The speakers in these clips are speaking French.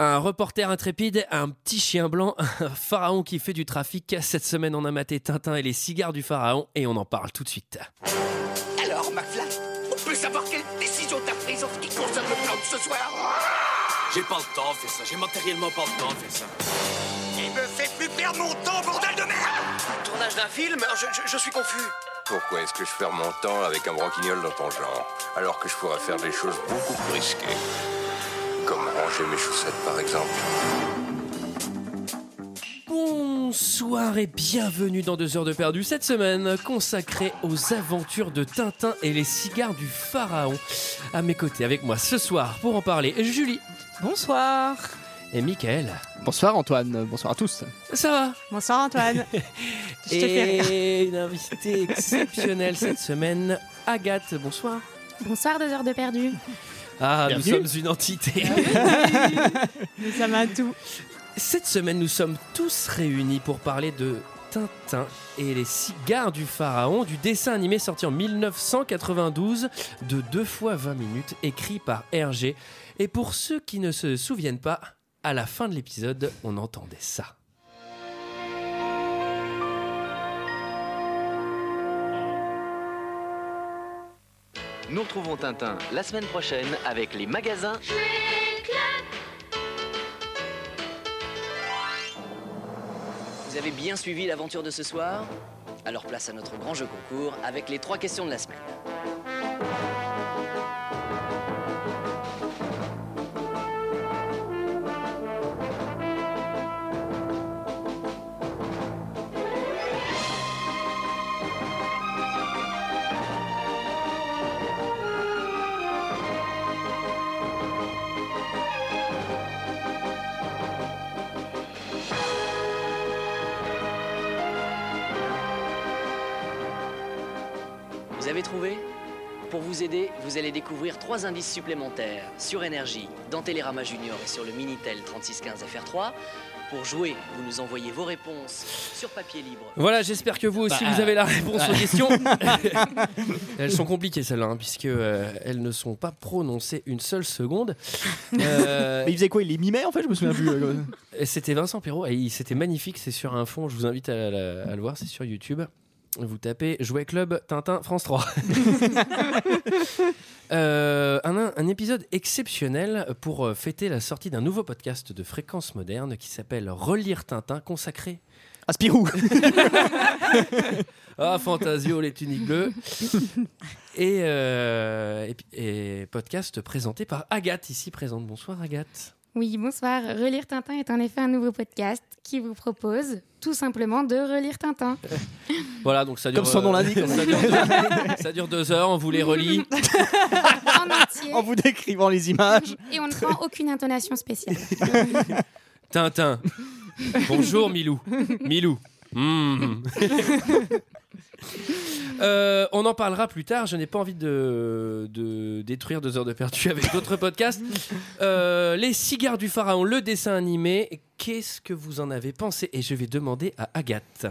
Un reporter intrépide, un petit chien blanc, un pharaon qui fait du trafic. Cette semaine, on a maté Tintin et les cigares du pharaon et on en parle tout de suite. Alors, McFly, on peut savoir quelle décision t'as prise en ce qui concerne le plan de ce soir J'ai pas le temps de faire ça, j'ai matériellement pas le temps de faire ça. Il me fait plus perdre mon temps, bordel de merde Tournage d'un film Ah, je, je- je suis confus. Pourquoi est-ce que je perds mon temps avec un branquignol dans ton genre Alors que je pourrais faire des choses beaucoup plus risquées. Comme ranger mes chaussettes par exemple. Bonsoir et bienvenue dans 2 heures de perdu cette semaine consacrée aux aventures de Tintin et les cigares du pharaon. À mes côtés avec moi ce soir pour en parler, Julie Bonsoir. et Michael. Bonsoir Antoine, bonsoir à tous. Ça va Bonsoir Antoine. Je te fais rire. Et une invitée exceptionnelle cette semaine, Agathe. Bonsoir. Bonsoir, deux heures de perdu. Ah, nous Bienvenue. sommes une entité. Nous sommes à tout. Cette semaine, nous sommes tous réunis pour parler de Tintin et les cigares du pharaon, du dessin animé sorti en 1992 de 2 fois 20 minutes, écrit par Hergé. Et pour ceux qui ne se souviennent pas, à la fin de l'épisode, on entendait ça. Nous retrouvons Tintin la semaine prochaine avec les magasins. Vous avez bien suivi l'aventure de ce soir Alors place à notre grand jeu concours avec les trois questions de la semaine. Vous avez trouvé Pour vous aider, vous allez découvrir trois indices supplémentaires sur Énergie, dans Télérama Junior et sur le Minitel 3615 FR3. Pour jouer, vous nous envoyez vos réponses sur papier libre. Voilà, j'espère que vous aussi, Bah, vous avez la réponse aux questions. elles sont compliquées, celles-là, hein, puisque euh, elles ne sont pas prononcées une seule seconde. Euh, Mais il faisait quoi Il les mimait en fait Je me souviens plus. euh, Et C'était Vincent Perrault et il- c'était magnifique. C'est sur un fond. Je vous invite à, la- à le voir. C'est sur YouTube. Vous tapez Jouet Club Tintin France 3. Euh, un, un épisode exceptionnel pour euh, fêter la sortie d'un nouveau podcast de fréquence moderne qui s'appelle Relire Tintin, consacré à Spirou ah, Fantasio, les tuniques bleues. Et, euh, et puis- et podcast présenté par Agathe, ici présente. Bonsoir Agathe. Oui, bonsoir. Relire Tintin est en effet un nouveau podcast qui vous propose tout simplement de relire Tintin. Voilà, donc ça dure. Comme son nom euh, l'indique. ça, dure deux, ça dure deux heures, on vous les relit. En entier. en vous décrivant les images. Et on ne prend aucune intonation spéciale. Tintin. Bonjour Milou. Milou. Hmm. Euh, on en parlera plus tard. Je n'ai pas envie de, de détruire deux heures de perdu avec d'autres podcasts. Euh, les cigares du pharaon, le dessin animé. Qu'est-ce que vous en avez pensé Et je vais demander à Agathe.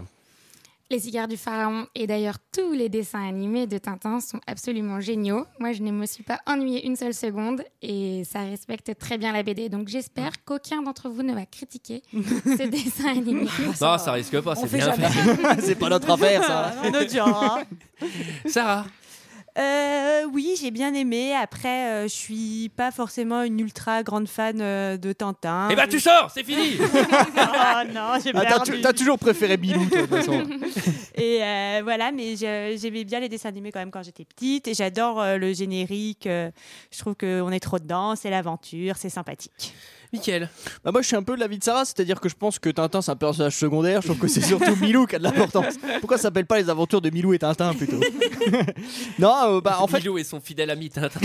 Les cigares du pharaon et d'ailleurs tous les dessins animés de Tintin sont absolument géniaux. Moi, je ne me suis pas ennuyée une seule seconde et ça respecte très bien la BD. Donc j'espère qu'aucun d'entre vous ne va critiquer ce dessin animé. Non, ça risque pas. On C'est fait bien jamais. fait. c'est pas notre affaire ça. Ah, notre genre, hein. Sarah. Euh, oui, j'ai bien aimé. Après, euh, je suis pas forcément une ultra grande fan euh, de Tintin. Eh ben tu sors, c'est fini. Ah, non, j'ai Ah, t'as tu- perdu. T'as toujours préféré Bilou toi, de toute façon. Et euh, voilà, mais je- j'aimais bien les dessins animés quand même quand j'étais petite. Et j'adore euh, le générique. euh, je trouve qu'on est trop dedans. C'est l'aventure, c'est sympathique. Mickaël. Bah, moi je suis un peu de l'avis de Sarah, c'est-à-dire que je pense que Tintin c'est un personnage secondaire, je trouve que c'est surtout Milou qui a de l'importance. Pourquoi ça s'appelle pas les aventures de Milou et Tintin plutôt Non, euh, bah en fait Milou et son fidèle ami Tintin.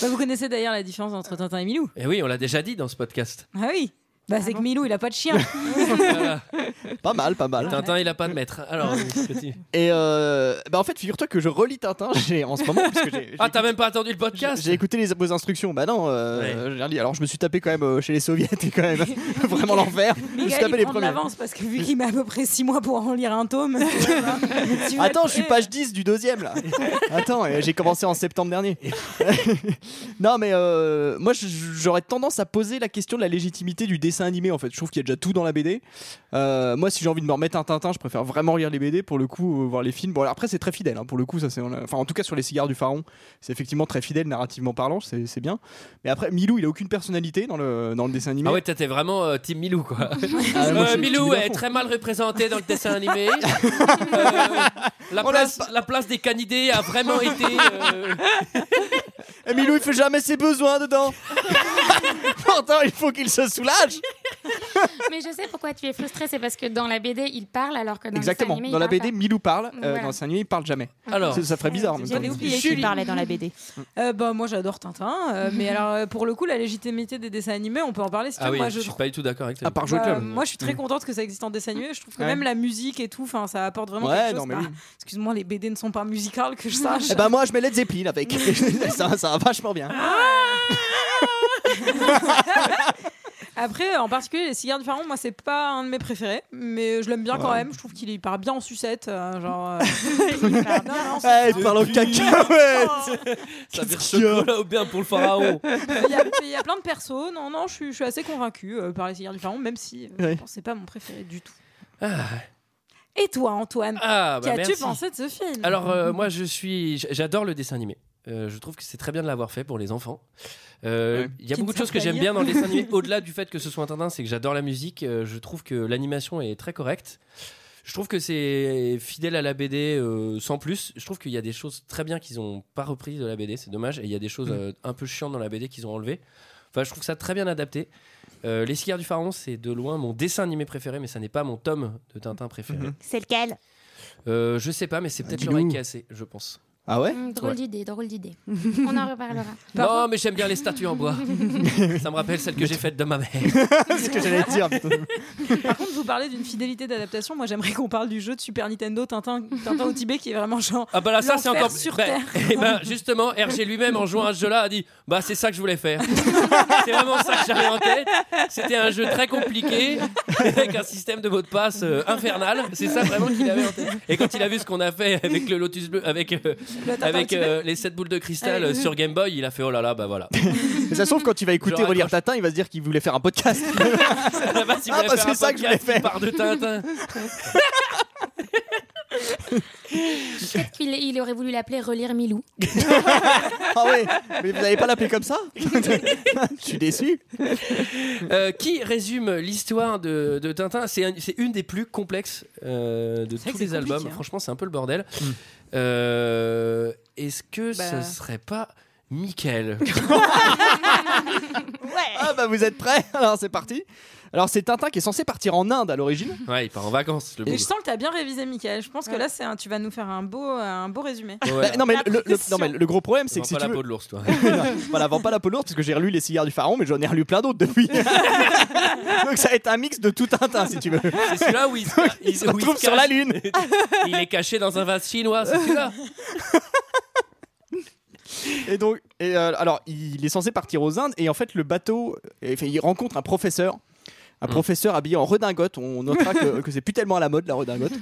Bah, vous connaissez d'ailleurs la différence entre Tintin et Milou. Eh Et oui, on l'a déjà dit dans ce podcast. Ah oui. Bah, c'est que Milou, il a pas de chien. Voilà. Pas mal, pas mal. Tintin, il a pas de maître. Alors, Ah. petit- Et euh, bah en fait, figure-toi que je relis Tintin j'ai, en ce moment. puisque j'ai- j'ai- ah, t'as même pas attendu le podcast j'ai écouté les, vos instructions. Bah non, euh, Ouais. j'ai rien dit. alors je me suis tapé quand même euh, chez les soviets et quand même vraiment l'enfer. Je me suis Miguel, tapé il les prend de premiers. l'avance parce que vu qu'il met à peu près 6 mois pour en lire un tome. tu Eh, vas Attends, être je suis prêt. page 10 du deuxième là. Attends, euh, j'ai commencé en septembre dernier. non, mais euh, moi je- j'aurais tendance à poser la question de la légitimité du dessin animé en fait. Je trouve qu'il y a déjà tout dans la BD. Euh, moi, si j'ai envie de me remettre un Tintin, je préfère vraiment lire les BD pour le coup, euh, voir les films. Bon, alors après c'est très fidèle hein, pour le coup, ça c'est on a- enfin en tout cas sur les cigares du pharaon, c'est effectivement très fidèle narrativement parlant, c'est c'est bien. Mais après, Milou il a aucune personnalité dans le, dans le dessin animé. Ah ouais, toi, t'es vraiment euh, Team Milou, quoi. Ah, moi, je Euh, suis- je suis Milou Milou à est fond. très mal représenté dans le dessin animé. Euh, la, On place, laisse la place des canidés a vraiment été. euh, Et Milou, il fait jamais ses besoins dedans. Pourtant, il faut qu'il se soulage. Mais je sais pourquoi tu es frustré, c'est parce que dans la BD, il parle alors que dans Exactement. le dessin animé, dans il la parle BD, Milou parle. euh, Voilà. Dans le dessin animé, il parle jamais. Alors, Ça, ça ferait bizarre. en même temps. J'avais oublié Julie. qu'il parlait dans la BD. Euh, bah, moi, j'adore Tintin. euh, mais alors, euh, pour le coup, la légitimité des dessins animés, on peut en parler si tu ah veux. oui, moi, je je suis pas du tout d'accord avec toi. À part jouer Bah, club. moi, je suis très contente que ça existe en dessin animé. Je trouve que Ouais. même la musique et tout, enfin, ça apporte vraiment Ouais, quelque non, chose. mais Bah, oui. Excuse-moi, les BD ne sont pas musicales que je sache. Eh ben moi, je mets Led Zeppelin avec. Ah, ça, ça va vachement bien. Ah. Après, en particulier, les cigares du pharaon, moi, c'est pas un de mes préférés, mais je l'aime bien quand même. Je trouve qu'il part bien en sucette, euh, genre. euh, il part bien en Eh, sucette. il parle en cacahuète. Ça vire Qu'est-ce qu'il y a chocolat ou bien pour le pharaon. Oh, Il y, a, il y a plein de persos. Non, non, je suis, je suis assez convaincue euh, par les cigares du pharaon, même si euh, Ouais. je pense que c'est pas mon préféré du tout. Ah. Et toi, Antoine, Ah, bah qu'as-tu merci. pensé de ce film Alors euh, moi je suis j- j'adore le dessin animé. Euh, je trouve que c'est très bien de l'avoir fait pour les enfants. Euh, Ouais. Il y a Qui beaucoup de ne savent choses que pas j'aime lire. bien dans le dessin animé. Au-delà du fait que ce soit un Tintin, c'est que j'adore la musique. Euh, je trouve que l'animation est très correcte. Je trouve que c'est fidèle à la BD euh, sans plus. Je trouve qu'il y a des choses très bien qu'ils ont pas reprises de la BD, c'est dommage. Et il y a des choses euh, un peu chiantes dans la BD qu'ils ont enlevées. Enfin, je trouve ça très bien adapté. Euh, Les cigares du pharaon, c'est de loin mon dessin animé préféré, mais ça n'est pas mon tome de Tintin préféré. Mhm. C'est lequel Euh, je sais pas, mais c'est Ah, peut-être dis-nous. l'oreille cassée, je pense. Ah ouais. Hum, drôle Ouais. d'idée, drôle d'idée. On en reparlera. non, mais j'aime bien les statues en bois. ça me rappelle celle que j'ai faite de ma mère. C'est ce que j'allais te dire. putain. Par contre, vous parlez d'une fidélité d'adaptation. Moi, j'aimerais qu'on parle du jeu de Super Nintendo Tintin, Tintin au Tibet, qui est vraiment genre. Ah bah là, ça c'est L'enfer encore sur Ben, Terre. eh ben, justement, Hergé lui-même en jouant à ce jeu-là a dit bah c'est ça que je voulais faire. c'est vraiment ça que j'avais en tête. C'était un jeu très compliqué avec un système de mots de passe euh, infernal. C'est ça vraiment qu'il avait en tête. Et quand il a vu ce qu'on a fait avec le Lotus bleu, avec euh, le Tintin au avec Tibet. euh, les sept boules de cristal Ouais. euh, sur Game Boy, il a fait oh là là bah voilà. Mais ça se trouve quand il va écouter Genre, relire Tatin, il va se dire qu'il voulait faire un podcast. Ah bah, si vous Ah, voulez bah, faire c'est un ça que je podcast, voulais il part de Tintin. Peut-être qu'il il aurait voulu l'appeler Relire Milou. ah ouais. Mais vous n'allez pas l'appeler comme ça Je suis déçu. Euh, qui résume l'histoire de, de Tintin C'est un- c'est une des plus complexes euh, de C'est vrai tous que c'est les albums. compliqué, hein. Franchement, c'est un peu le bordel. Euh, Est-ce que Bah. ça serait pas Michael Ah bah vous êtes prêts Alors c'est parti. Alors c'est Tintin qui est censé partir en Inde à l'origine. Ouais, il part en vacances, le Et bougre. je sens que t'as bien révisé, Michael. Je pense que là, c'est un- tu vas nous faire un beau, euh, un beau résumé. Ouais. Bah, non mais La le, le- non, pression. mais le gros problème Tu c'est que vends si pas tu la veux, peau de l'ours, toi. voilà, vends pas la peau lourde parce que j'ai relu les cigares du pharaon, mais j'en ai relu plein d'autres depuis. Donc ça va être un mix de tout Tintin si tu veux. C'est celui-là où il se, il- Il se où il se retrouve sur la cache. lune. Il est caché dans un vase chinois, c'est celui-là. Et donc, et, euh, alors il est censé partir aux Indes et en fait le bateau, et, enfin, il rencontre un professeur. Un professeur habillé en redingote, on notera que, que c'est plus tellement à la mode la redingote.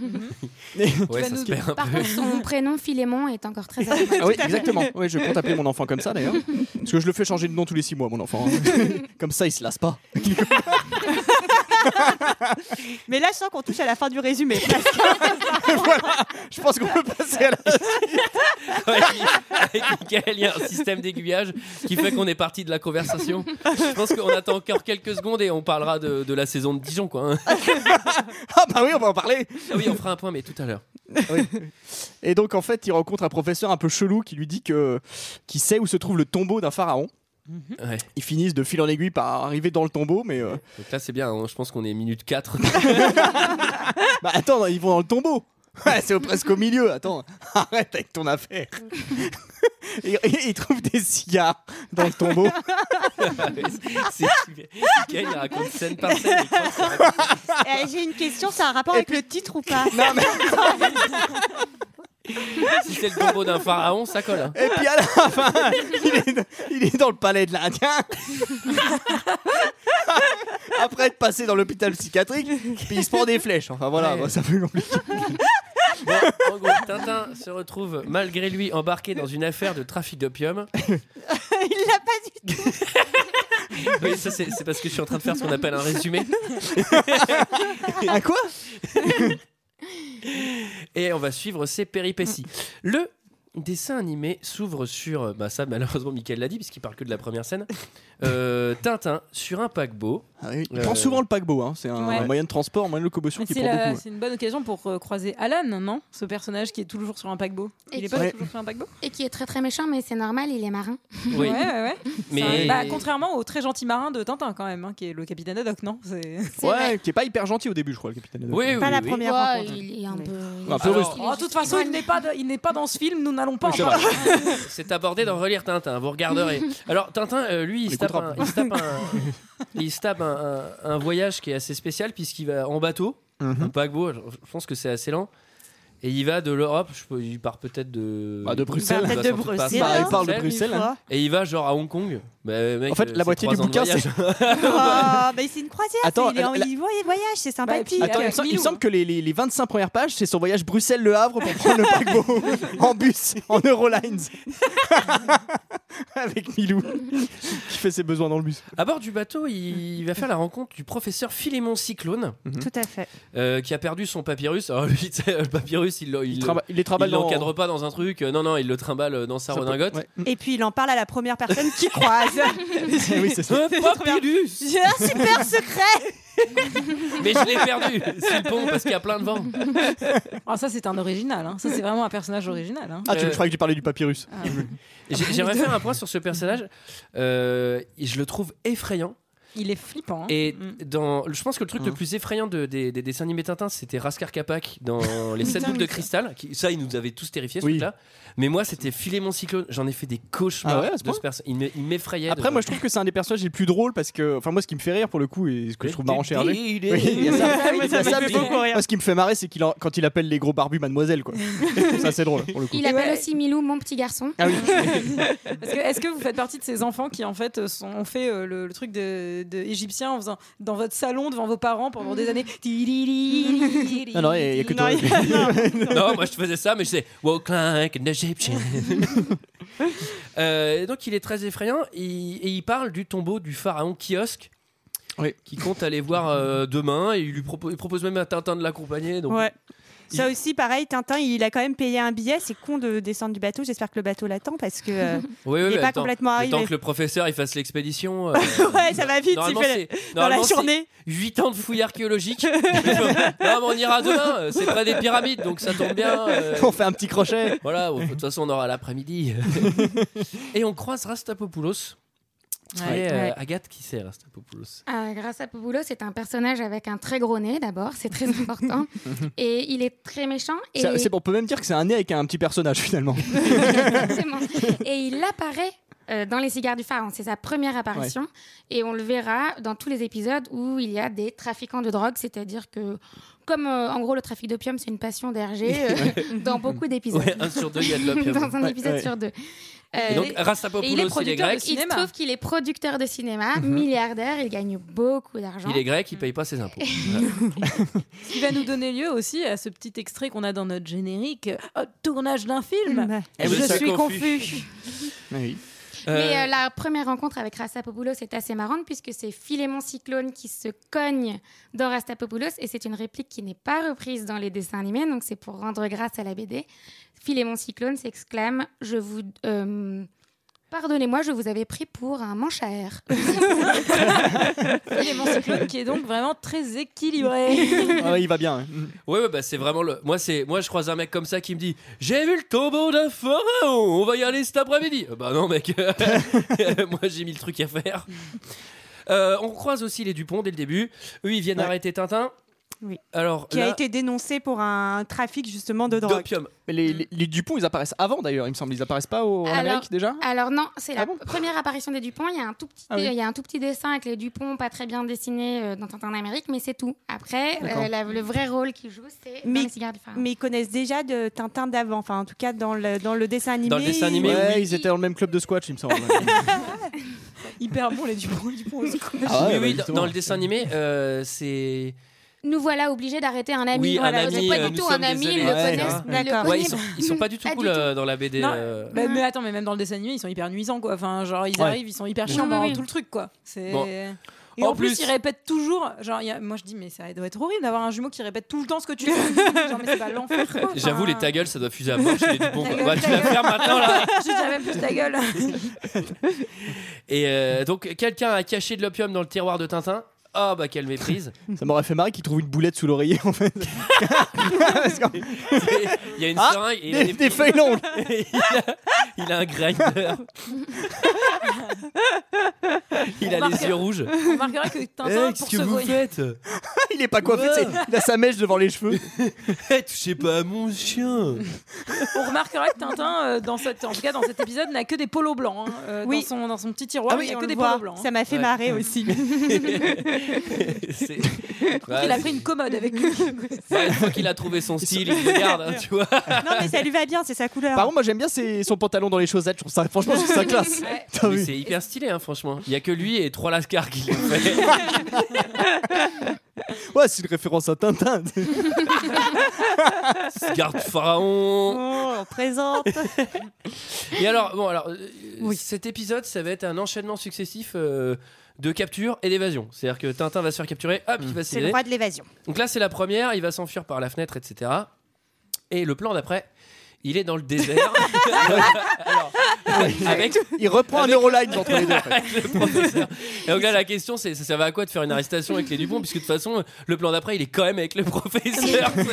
Ouais, vas ça nous- se perd un Par peu. contre, son prénom Philémon est encore très agréable. Ah oui, exactement. Oui, je compte appeler mon enfant comme ça d'ailleurs. Parce que je le fais changer de nom tous les six mois, mon enfant. hein. comme ça, il se lasse pas. Mais là, je sens qu'on touche à la fin du résumé. Je pense qu'on peut passer à la. Ouais, avec Mickaël, il y a un système d'aiguillage qui fait qu'on est parti de la conversation. Je pense qu'on attend encore quelques secondes et on parlera de, de la saison de Dijon, quoi. hein. Ah bah oui, on va en parler. Ah oui, on fera un point, mais tout à l'heure. Et donc en fait, il rencontre un professeur un peu chelou qui lui dit que qui sait où se trouve le tombeau d'un pharaon. Ouais. Ils finissent de fil en aiguille par arriver dans le tombeau, mais euh, Donc là, c'est bien, hein, je pense qu'on est minute 4. bah attends, ils vont dans le tombeau. Ouais, c'est au- presque au milieu. Attends, arrête avec ton affaire. et, et il trouve des cigares dans le tombeau. C'est Michael, il raconte scène par scène. il croit que ça raconte- Euh, J'ai une question, ça a un rapport Et avec le titre ou pas Non, mais- Si c'est le tombeau d'un pharaon, ça colle. hein. Et puis à la fin, il est, dans- il est dans le palais de l'Indien. Après être passé dans l'hôpital psychiatrique, puis il se prend des flèches. Enfin voilà, Ouais. bah, ça fait compliqué. Bon, en gros, Tintin se retrouve malgré lui embarqué dans une affaire de trafic d'opium. Il l'a pas du tout. Oui, ça c'est c'est parce que je suis en train de faire ce qu'on appelle un résumé. Ah. À quoi Et on va suivre ses péripéties. Le dessin animé s'ouvre sur, euh, bah ça malheureusement Michael l'a dit puisqu'il parle que de la première scène. Euh, Tintin sur un paquebot. Il Euh, prend souvent le paquebot, hein. c'est un Ouais. moyen de transport, moyen de locomotion Mais qui Ah, C'est prend la- beaucoup. c'est une bonne occasion pour euh, croiser Alan, non Ce personnage qui est toujours sur un paquebot. il Et est qui- pas Ouais. toujours sur un paquebot Et qui est très très méchant, mais c'est normal, il est marin. Oui. Ouais, ouais, ouais. Mais C'est un- bah, contrairement au très gentil marin de Tintin, quand même, hein, qui est le capitaine Haddock, non C'est- C'est vrai. Ouais, qui est pas hyper gentil au début, je crois, le capitaine. Haddock. oui, oui, Pas la oui. Ouais, première rencontre. il est un Mais- peu. Un peu Alors, rustre. Oh, de toute façon, il n'est pas, de- il n'est pas dans ce film, nous n'allons pas Oui, en c'est parler. C'est abordé dans Relire Tintin, vous regarderez. Alors, Tintin, euh, lui, il se, Les tape un, coupes-râpes. il se tape un- il se tape un- un- un voyage qui est assez spécial, puisqu'il va en bateau, Mhm. un paquebot, je je pense que c'est assez lent. Et il va de l'Europe, je peux- il part peut-être de. Bah, de Il Bruxelles. va Peut-être sans de doute pas- Bruxelles. Bah, il parle de Bruxelles. Bruxelles. hein. Et il va genre à Hong Kong. Bah, mec, En fait, euh, la c'est moitié trois du ans de bouquin, voyage. c'est. Ah, mais c'est une croisière. Attends, c'est- il, est en- la- il voy- voyage, c'est sympathique. Bah, et Attends, il me avec semble, il me Milou, semble hein. que les, les- les 25 premières pages, c'est son voyage Bruxelles-Le Havre pour prendre le paquebot en bus, en Eurolines. Avec Milou, qui fait ses besoins dans le bus. À bord du bateau, il, il va faire la rencontre du professeur Philémon Cyclone, Tout à fait. euh, qui a perdu son papyrus. Alors, lui, tu sais, le papyrus, il l'a- Il, il traba- il les il travaille dans... l'encadre pas dans un truc. Euh, Non, non, il le trimballe dans sa Ça peut- redingote. ouais. Et puis il en parle à la première personne qui croise. oui, c'est ça. Un papyrus J'ai un super secret. Mais je l'ai perdu C'est le pont parce qu'il y a plein de vent. Ah, ça, c'est un original. hein. Ça, c'est vraiment un personnage original. hein. Ah, tu, Euh, je croyais que tu parlais du papyrus. Ah. J'ai- J'aimerais faire un point sur ce personnage. Euh, je le trouve effrayant. Il est flippant. hein. Et Mm. dans, je pense que le truc Mm. le plus effrayant de- des, des dessins animés Tintin, c'était Raskar Kapak dans Les 7 Putain, boules de mais ça- cristal. Qui, ça, il nous avait tous terrifiés, ce Oui. truc-là. Mais moi, c'était Filémon Cyclone. J'en ai fait des cauchemars Ah ouais, à ce de point ce perso- Il me- il m'effrayait. Après, moi, je trouve que c'est un des personnages les plus drôles parce que... Enfin, moi, ce qui me fait rire, pour le coup, et ce que je trouve marrant chez Hergé... Oui, il y a ça. oui, Il y a ça ça, me fait mais- beaucoup rire. Moi, ce qui me fait marrer, c'est qu'il en- quand il appelle les gros barbus mademoiselle, quoi. ça, c'est drôle, pour le coup. Il appelle Ouais. aussi Milou mon petit garçon. Ah oui. Parce que- Est-ce que vous faites partie de ces enfants qui en fait euh, sont- ont fait euh, le, le truc de, de égyptien en faisant dans votre salon devant vos parents pendant des années Non, non, il y a- il y a que Non, toi. il y a- non. Non, moi je faisais ça, mais je sais Walk like an Egyptian. Euh, et donc il est très effrayant il- et il parle du tombeau du pharaon Kiosque. Oui. Qui compte aller voir euh, demain et il lui propose, il propose même à Tintin de l'accompagner. Donc Ouais. Il- Ça aussi, pareil, Tintin, il a quand même payé un billet. C'est con de descendre du bateau. J'espère que le bateau l'attend parce que euh, Oui, oui, il mais n'est pas attends, complètement le temps arrivé. que le professeur il fasse l'expédition. euh, Ouais, ça va vite. Il normalement, fait c'est- dans la normalement, c'est journée. 8 ans de fouilles archéologiques. non, mais on ira demain. euh, C'est près des pyramides, donc ça tombe bien. euh, On fait un petit crochet. Voilà, de toute façon, on aura l'après-midi. et on croise Rastapopoulos. Et, euh, Ouais. Agathe, qui c'est Rastapopoulos Euh, grâce à Populo, c'est un personnage avec un très gros nez d'abord, c'est très important. et il est très méchant. Et, C'est- c'est- on peut même dire que c'est un nez avec un petit personnage, finalement. Exactement. et il apparaît. euh, dans les cigares du pharaon, c'est sa première apparition et on le verra dans tous les épisodes où il y a des trafiquants de drogue, c'est-à-dire que comme euh, en gros le trafic d'opium c'est une passion d'Hergé euh, dans beaucoup d'épisodes, Ouais, un sur deux, il y a de l'opium. dans un Ouais, épisode ouais. sur deux. Et Euh, donc, Rastapopoulos, Et il est il est producteur grec. de Il se cinéma. trouve qu'il est producteur de cinéma, milliardaire, il gagne beaucoup d'argent. Mhm. Il est grec, il paye pas ses impôts. Ce qui va nous donner lieu aussi à ce petit extrait qu'on a dans notre générique euh, tournage d'un film. Mm. Eh ben, Je ça suis confus. confus. Oui. Mais Euh, euh, la première rencontre avec Rastapopoulos est assez marrante puisque c'est Philémon Cyclone qui se cogne dans Rastapopoulos et c'est une réplique qui n'est pas reprise dans les dessins animés, donc c'est pour rendre grâce à la BD. Philémon Cyclone s'exclame Je vous. euh, Pardonnez-moi, je vous avais pris pour un manche à air. Philémon Cyclone qui est donc vraiment très équilibré. Ah ouais, il va bien. hein. Ouais, ouais, bah c'est vraiment le. Moi, c'est moi, je croise un mec comme ça qui me dit J'ai vu le tombeau d'un pharaon, on va y aller cet après-midi. Euh, Bah non, mec, moi j'ai mis le truc à faire. Euh, on croise aussi les Dupont dès le début. Eux, ils viennent Ouais. arrêter Tintin. Oui. Alors, Qui a là- été dénoncé pour un trafic justement de drogue. D'opium. Mais les, les- les Dupont, ils apparaissent avant d'ailleurs, il me semble. Ils apparaissent pas au, en Amérique déjà Alors non, c'est la première apparition des Dupont. Il y a un tout petit, Ah oui. il y a un tout petit dessin avec les Dupont pas très bien dessiné euh, dans Tintin en Amérique, mais c'est tout. Après, D'accord. euh, la- le vrai rôle qu'ils jouent, c'est dans Mais- les cigares du pharaon. Mais ils connaissent déjà de Tintin d'avant, enfin en tout cas dans le, dans le dessin animé. Ouais, ils étaient dans le même club de squash, il me semble. Hyper bon les Dupont, Dupont au secours. Ah oui, ouais, bah, oui, dans- justement. dans le dessin animé, euh, c'est. Nous voilà obligés d'arrêter un ami. Oui, Voilà, un vous ami. êtes pas euh, du nous tout sommes un ami, désolés, ils le etc. connaissent, ils le Ah, Ouais, connaissent ils, sont, ils sont pas du tout cool euh, dans la BD. Non, euh. bah, mais attends, mais même dans le dessin animé, ils sont hyper nuisants quoi. Enfin, genre ils Ouais. arrivent, ils sont hyper Oui. chiants Oui, pendant oui. tout le truc quoi. C'est Bon. Et En en, plus, plus- ils répètent toujours. Genre, il y a- moi je dis, mais ça doit être horrible d'avoir un jumeau qui répète tout le temps ce que tu dis. genre, mais c'est pas l'enfer. quoi. Enfin, J'avoue, les ta gueule, ça doit fuser à mort chez les Dupont. Ta quoi. gueule, Bah, tu ta vas gueule. faire maintenant là. Je dirais même plus ta gueule. Et euh, donc, quelqu'un a caché de l'opium dans le tiroir de Tintin. Ah bah quelle méprise. Ça m'aurait fait marrer qu'ils trouvent une boulette sous l'oreiller en fait. Il y a une Ah, seringue et il a des, des feuilles longues. Il a un grinder. Il a les yeux rouges. On remarquera que Tintin, Eh, pour qu'est-ce se que vous goyer- faites il est pas coiffé, Ouais. tu sais, il a sa mèche devant les cheveux. Eh, touchez pas à mon chien. on remarquera que Tintin, euh, dans cette, en tout cas dans cet épisode, n'a que des polos blancs. hein. Euh, Oui. dans, son, dans son petit tiroir, Ah oui, il n'y on a que le des voit. polos blancs. hein. Ça m'a fait Ouais. marrer aussi. C'est- Il a Ouais, pris une commode avec lui. ouais, une fois qu'il a trouvé son style, il regarde, hein, tu vois. non mais ça lui va bien, c'est sa Ah. couleur. Par contre, moi j'aime bien ses- son pantalon dans les chaussettes, je trouve ça, franchement, je trouve ça classe. Ouais. T'as Mais vu c'est hyper stylé, hein, franchement. Il y a que lui et trois lascars qui l'ont fait. Ouais, c'est une référence à Tintin. Garde pharaon. Oh, on présente. Et alors, bon, alors, euh, Oui. cet épisode, ça va être un enchaînement successif euh, de capture et d'évasion. C'est-à-dire que Tintin va se faire capturer, hop, Mm. il va C'est le s'évader. droit de l'évasion. Donc là, c'est la première, il va s'enfuir par la fenêtre, etc. Et le plan d'après, il est dans le désert. Alors, avec Il reprend un Euroline entre les deux. en fait. le professeur. Et donc là, la question, c'est ça servait à quoi de faire une arrestation avec les Dupont Puisque de toute façon, le plan d'après, il est quand même avec le professeur. Alors,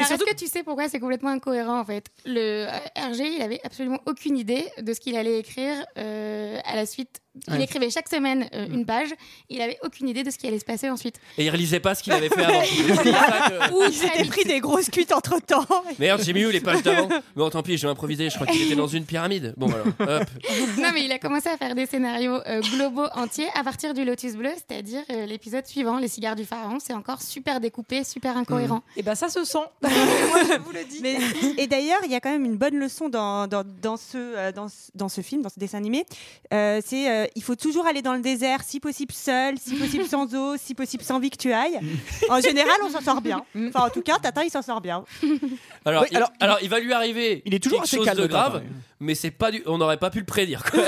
est-ce que tu sais pourquoi c'est complètement incohérent en fait Le euh, RG, il avait absolument aucune idée de ce qu'il allait écrire euh, à la suite. Il Ouais. écrivait chaque semaine euh, une page. Il avait aucune idée de ce qui allait se passer ensuite. Et il relisait pas ce qu'il avait fait avant. C'est pour ça que- Ouh, ils étaient pris des grosses cuites entre temps. Merde, j'ai mis où les pages d'avant Bon, tant pis, je vais improviser. Je crois qu'il était dans une pyramide. Bon, alors, hop. non, mais il a commencé à faire des scénarios euh, globaux entiers à partir du Lotus Bleu, c'est-à-dire euh, l'épisode suivant, Les cigares du pharaon. C'est encore super découpé, super incohérent. Mm. Et ben ça se sent. vous le dis. Mais- et d'ailleurs, il y a quand même une bonne leçon dans, dans, dans ce, euh, dans, ce- dans ce film, dans ce dessin animé. Euh, c'est euh, il faut toujours aller dans le désert, si possible seul, si possible sans eau, si possible sans vie que tu ailles. En général, on s'en sort bien. Enfin, en tout cas, Tata, il s'en sort bien. Alors, Oui, il, alors, alors- il va lui arriver Il est toujours quelque assez chose calme, de le grave, Tintin, mais c'est pas du, on n'aurait pas pu le prédire. quoi.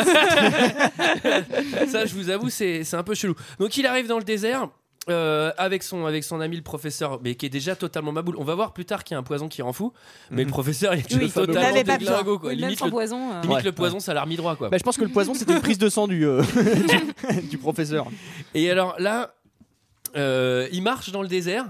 Ça, je vous avoue, c'est c'est un peu chelou. Donc, il arrive dans le désert. euh, avec son avec son ami le professeur mais qui est déjà totalement maboule on va voir plus tard qu'il y a un poison qui rend fou mais le professeur il est Mhm. Oui, déjà il totalement l'avait pas besoin. déglingo quoi Oui, même limite, sans le, poison. euh, limite Ouais. le poison ça l'a remis droit quoi Bah, je pense que le poison, c'était une prise de sang du, euh, du- du professeur. Et alors là, euh, il marche dans le désert.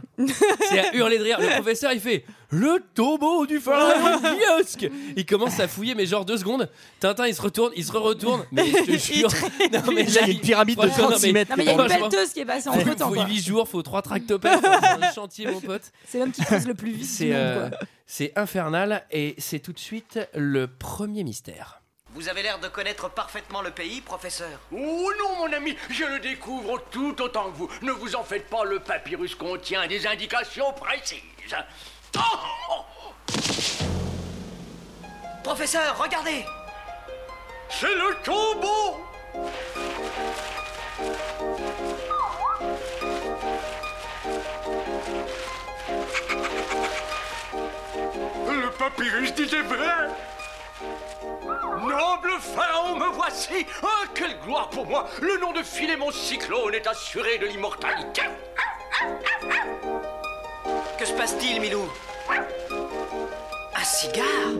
C'est à hurler de rire. Le professeur, il fait le tombeau du pharaon Biosque. Il commence à fouiller, mais genre deux secondes. Tintin, il se retourne, il se retourne. Mais je te jure, non, mais Il y a une pyramide de franchement, non, 36 mais- mètres. Non, mais il y a une Franchement. pelleteuse qui est passée faut- entre temps. faut quoi. 8 jours, faut 3 tractopelles, faut faire un chantier, mon pote. C'est l'homme qui creuse le plus vite. C'est euh, c'est infernal et c'est tout de suite le premier mystère. Vous avez l'air de connaître parfaitement le pays, professeur. Oh non, mon ami, je le découvre tout autant que vous. Ne vous en faites pas, le papyrus contient des indications précises. Oh, oh, Professeur, regardez c'est le tombeau Le papyrus disait vrai Noble pharaon, me voici Ah, quelle gloire pour moi Le nom de Philémon Cyclone est assuré de l'immortalité Que se passe-t-il, Milou Un cigare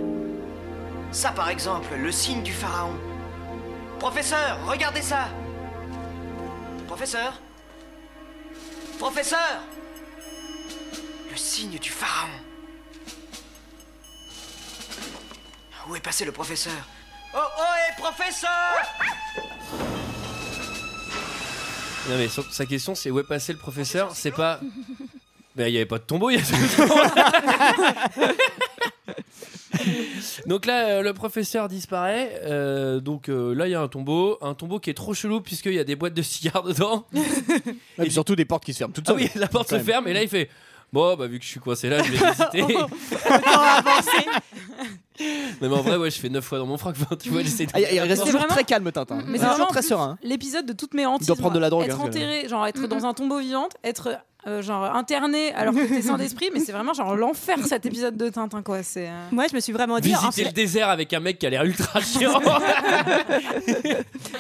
Ça, par exemple, le signe du pharaon. Professeur, regardez ça Professeur Professeur Le signe du pharaon. Où est passé le professeur Oh, oh, hé, professeur Non mais son- sa question c'est où est passé le professeur C'est pas Mais il n'y avait pas de tombeau, il y a Donc là, euh, le professeur disparaît. euh, donc euh, là, il y a un tombeau. Un tombeau qui est trop chelou, puisqu'il y a des boîtes de cigares dedans. Et surtout des portes qui se ferment toutes Ah seules. oui, la porte se Quand même. ferme, et là, il fait Bon, bah, vu que je suis coincé là, je vais hésiter. Oh, non, mais en vrai, ouais, je fais 9 fois dans mon froc. Enfin, tu vois, j'essaie de. Ah, il reste C'est toujours vraiment- très calme, Tintin. Mais Mais c'est c'est vraiment toujours très serein. hein. L'épisode de toutes mes hantises. Il doit prendre de la moi. drogue, Être hein, enterré, genre être Mm, dans un tombeau vivante, être euh, genre interné alors que t'es sans d'esprit, mais c'est vraiment genre l'enfer cet épisode de Tintin quoi. C'est. euh, Moi, je me suis vraiment dit, en Visiter le fait, désert avec un mec qui a l'air ultra chiant.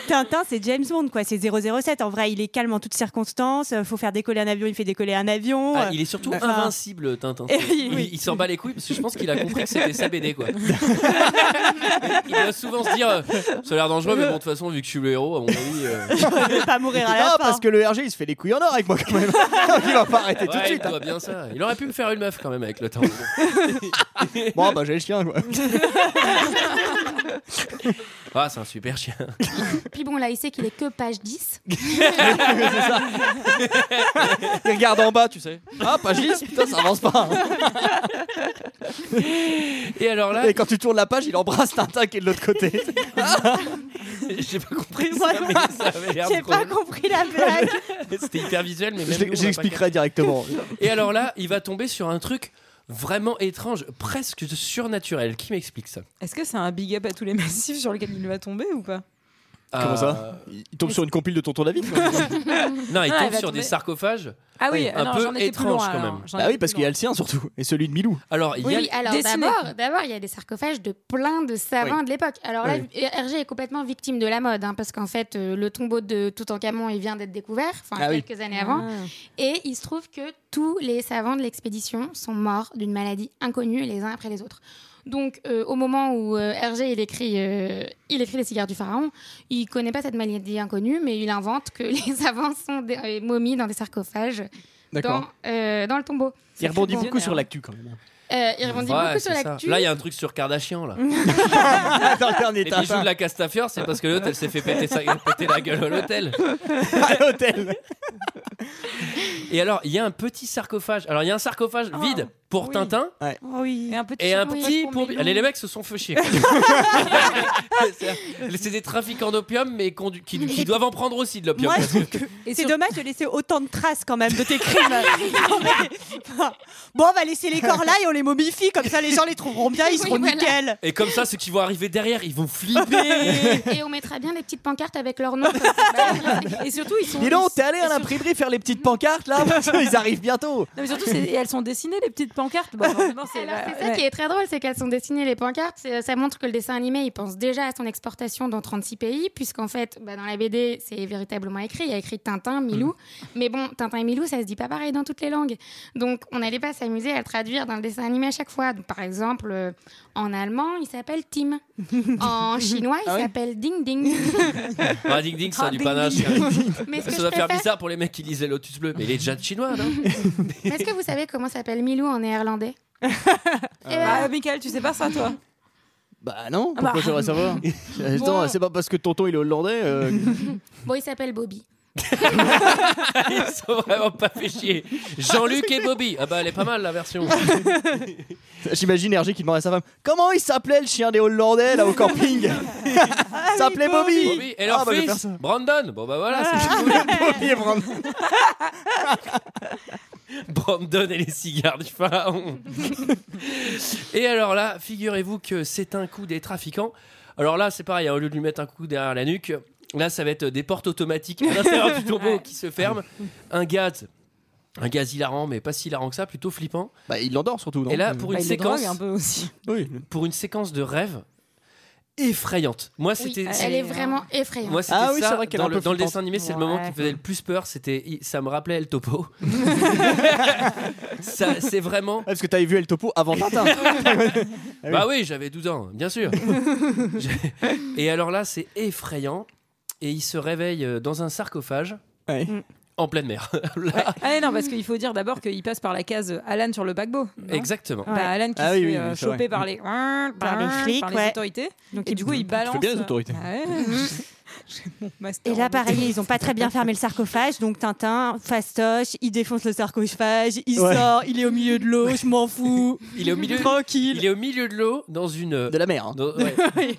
Tintin, c'est James Bond, quoi. C'est 007. En vrai, il est calme en toutes circonstances. Euh, Faut faire décoller un avion, il fait décoller un avion. Ah, Euh, il est surtout Enfin. invincible, Tintin. Et oui, Il, oui. il s'en bat les couilles parce que je pense qu'il a compris que c'était sa BD, quoi. il doit souvent se dire euh, ça a l'air dangereux, mais bon, de toute façon, vu que je suis le héros, à mon avis. euh, il peut pas mourir à la Ah, fin. parce que le RG il se fait les couilles en or avec moi quand même. il va pas arrêter tout de ouais, suite. il hein. doit bien ça. Il aurait pu me faire une meuf quand même avec le temps. Bon, bah j'ai le chien quoi. Ah, c'est un super chien. Puis bon, là, il sait qu'il est que page 10. Il regarde en bas, tu sais. Ah, page 10, putain, ça avance pas. hein. Et alors là, Et quand tu tournes la page, il embrasse Tintin qui est de l'autre côté. j'ai pas compris Moi, ça, mais ça avait l'air J'ai pas drôle. compris la blague. C'était hyper visuel, mais même. nous, on a pas J'expliquerai directement. capté. Et alors là, il va tomber sur un truc vraiment étrange, presque surnaturel. Qui m'explique ça Est-ce que c'est un big up à tous les massifs sur lequel il va tomber ou pas Comment Euh, ça Il tombe sur une compile de Tonton David quoi. Non, il Ah, tombe il va sur des tomber. sarcophages. Ah oui, Oui, ah un non, peu j'en étais plus étrange, loin, quand alors. même. J'en Bah étais oui, parce plus qu'il y loin. a le sien surtout. Et celui de Milou. Alors, il y Oui, a alors dessiné. d'abord, d'abord, il y a des sarcophages de plein de savants de l'époque. Alors là, Hergé est complètement victime de la mode, hein, parce qu'en fait, euh, le tombeau de Toutankhamon, il vient d'être découvert, enfin Ah oui. quelques années avant, et il se trouve que tous les savants de l'expédition sont morts d'une maladie inconnue les uns après les autres. Donc, euh, au moment où euh, Hergé il écrit, euh, il écrit les cigares du pharaon, il connaît pas cette maladie inconnue, mais il invente que les savants sont des euh, momies dans des sarcophages dans, euh, dans le tombeau. Il rebondit beaucoup visionnaire. sur l'actu quand même. Euh, il rebondit Ouais, beaucoup sur c'est ça. l'actu. Là, il y a un truc sur Kardashian. Là. Dans le dernier Les bijoux Tintin. de la Castafiore, c'est parce que l'autre, elle s'est fait péter, sa- péter la gueule à l'hôtel. À l'hôtel. Et alors, il y a un petit sarcophage. Alors, il y a un sarcophage Ah, vide pour oui. Tintin Oh oui. Et un petit, et un Oui, petit pour pour. Milou. Allez, les mecs se sont fait chier. C'est- c'est des trafiquants d'opium, mais condu- qui, qui doivent en prendre aussi de l'opium. Moi, parce je trouve que- Et C'est sur- dommage de laisser autant de traces quand même de tes crimes. Non, mais- Bon, on va laisser les corps là et on les momifie, comme ça les gens les trouveront bien, ils Oui, seront voilà. nickel. Et comme ça, ceux qui vont arriver derrière, ils vont flipper. et on mettra bien des petites pancartes avec leur nom. bah, comme ça. Et surtout, ils sont. Dis donc, t'es allé à l'imprimerie faire les petites pancartes là Ils arrivent bientôt. Non, mais surtout, c'est- et elles sont dessinées, les petites pancartes. Bon, forcément, c'est Alors, c'est ça ouais. qui est très drôle, c'est qu'elles sont dessinées les pancartes. C'est- Ça montre que le dessin animé, il pense déjà à son exportation dans 36 pays, puisqu'en fait, bah, dans la BD, c'est véritablement écrit. Il y a écrit Tintin, Milou. Mm. Mais bon, Tintin et Milou, ça se dit pas pareil dans toutes les langues. Donc, on n'allait pas s'amuser à le traduire dans le dessin animé à chaque fois. Donc, par exemple, euh, en allemand, il s'appelle Tim. en chinois, il Ah oui s'appelle Ding Ding. Ah, ding ding, ça a Ah, du ding, panache. ding. hein. Mais ce que Ça je doit faire préfère- bizarre pour les mecs qui lisent les Lotus Bleu. Mais il est déjà chinois, non Mais Est-ce que vous savez comment s'appelle Milou en néerlandais Eh ben, Ah, Michael, tu sais pas ça, toi Bah non, Ah bah. pourquoi j'aurais savoir Bon. Attends, c'est pas parce que tonton il est hollandais. euh, Bon, il s'appelle Bobby. Ils sont vraiment pas fait chier. Jean-Luc et Bobby. Ah bah elle est pas mal la version. J'imagine Hergé qui demande à sa femme Comment il s'appelait le chien des Hollandais là au camping Il s'appelait Bobby. Bobby et leur Ah, bah, je vais faire fils ça. Brandon. Bon bah voilà, Bobby et Brandon. Ah. c'est Brandon et les cigares du pharaon. et alors là, figurez-vous que c'est un coup des trafiquants. Alors là, c'est pareil, hein, au lieu de lui mettre un coup derrière la nuque, là ça va être des portes automatiques à l'intérieur du tombeau qui se ferment, un gaz un gaz hilarant, mais pas si hilarant que ça, plutôt flippant. Bah il l'endort surtout. non Et là, pour Bah, une il les drogue séquence, un peu aussi. Oui. Ah, pour une séquence de rêve effrayante. Moi, Oui, c'était hein. elle est vraiment effrayante. Moi, c'était Ah oui, ça. c'est vrai qu'elle est dans, un le, peu dans le flippante. dessin animé, c'est le moment qui Ouais. me faisait le plus peur. C'était, il- ça me rappelait El Topo. Ça, c'est vraiment. Ah, parce que t'avais vu El Topo avant Tintin. Ah oui. Bah oui, j'avais 12 ans, bien sûr. J'ai- Et alors là, c'est effrayant. Et il se réveille euh, dans un sarcophage Ouais. en pleine mer. Là, Ah, non, parce qu'il faut dire d'abord qu'il passe par la case Alan sur le paquebot. non Exactement. Bah, Alan qui Ah se oui, fait oui, euh, oui, c'est choper vrai. Mm. par les, par les flics, par les ouais. autorités. Donc Et du coup, il balance. Ah, bien, les autorités. Ah ouais. Mon master Et là, en pareil, ils ont pas très bien fermé le sarcophage. Donc Tintin, fastoche, il défonce le sarcophage, il Ouais. sort, il est au milieu de l'eau, je m'en fous. Il est au milieu, Tranquille. il est au milieu de l'eau dans une. euh, De la mer. hein. dans- ouais.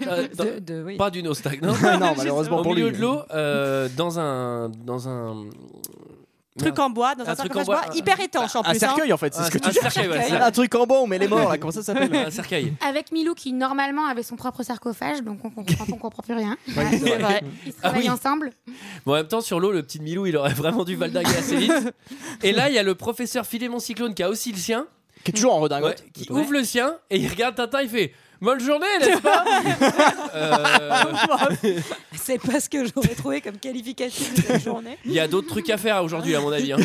Euh, dans- de- de- oui. Pas d'une eau stagnante. Ouais, non, malheureusement au pour lui. milieu de l'eau, euh, dans un, dans un Truc en bois, dans Un un, truc sarcophage en bois, bois, un- hyper étanche en Un plus. hein. cercueil en fait, c'est un, ce que tu un dis. cercueil, voilà, Un truc en bois, on met les morts là, comment ça s'appelle c'est un cercueil. Avec Milou qui normalement avait son propre sarcophage, donc on comprend, on comprend plus rien. Ouais, c'est vrai. Ils Ah travaillent oui. ensemble. Bon, en même temps, sur l'eau, le petit Milou, il aurait vraiment dû valdinguer assez vite. Et là, il y a le professeur Philémon Cyclone qui a aussi le sien, Qui est toujours en redingote. ouais, qui ouvre le sien et il regarde Tintin, il fait Bonne journée, n'est-ce pas Euh, C'est pas ce que j'aurais trouvé comme qualificatif de cette journée. Il y a d'autres trucs à faire aujourd'hui, à mon avis. hein.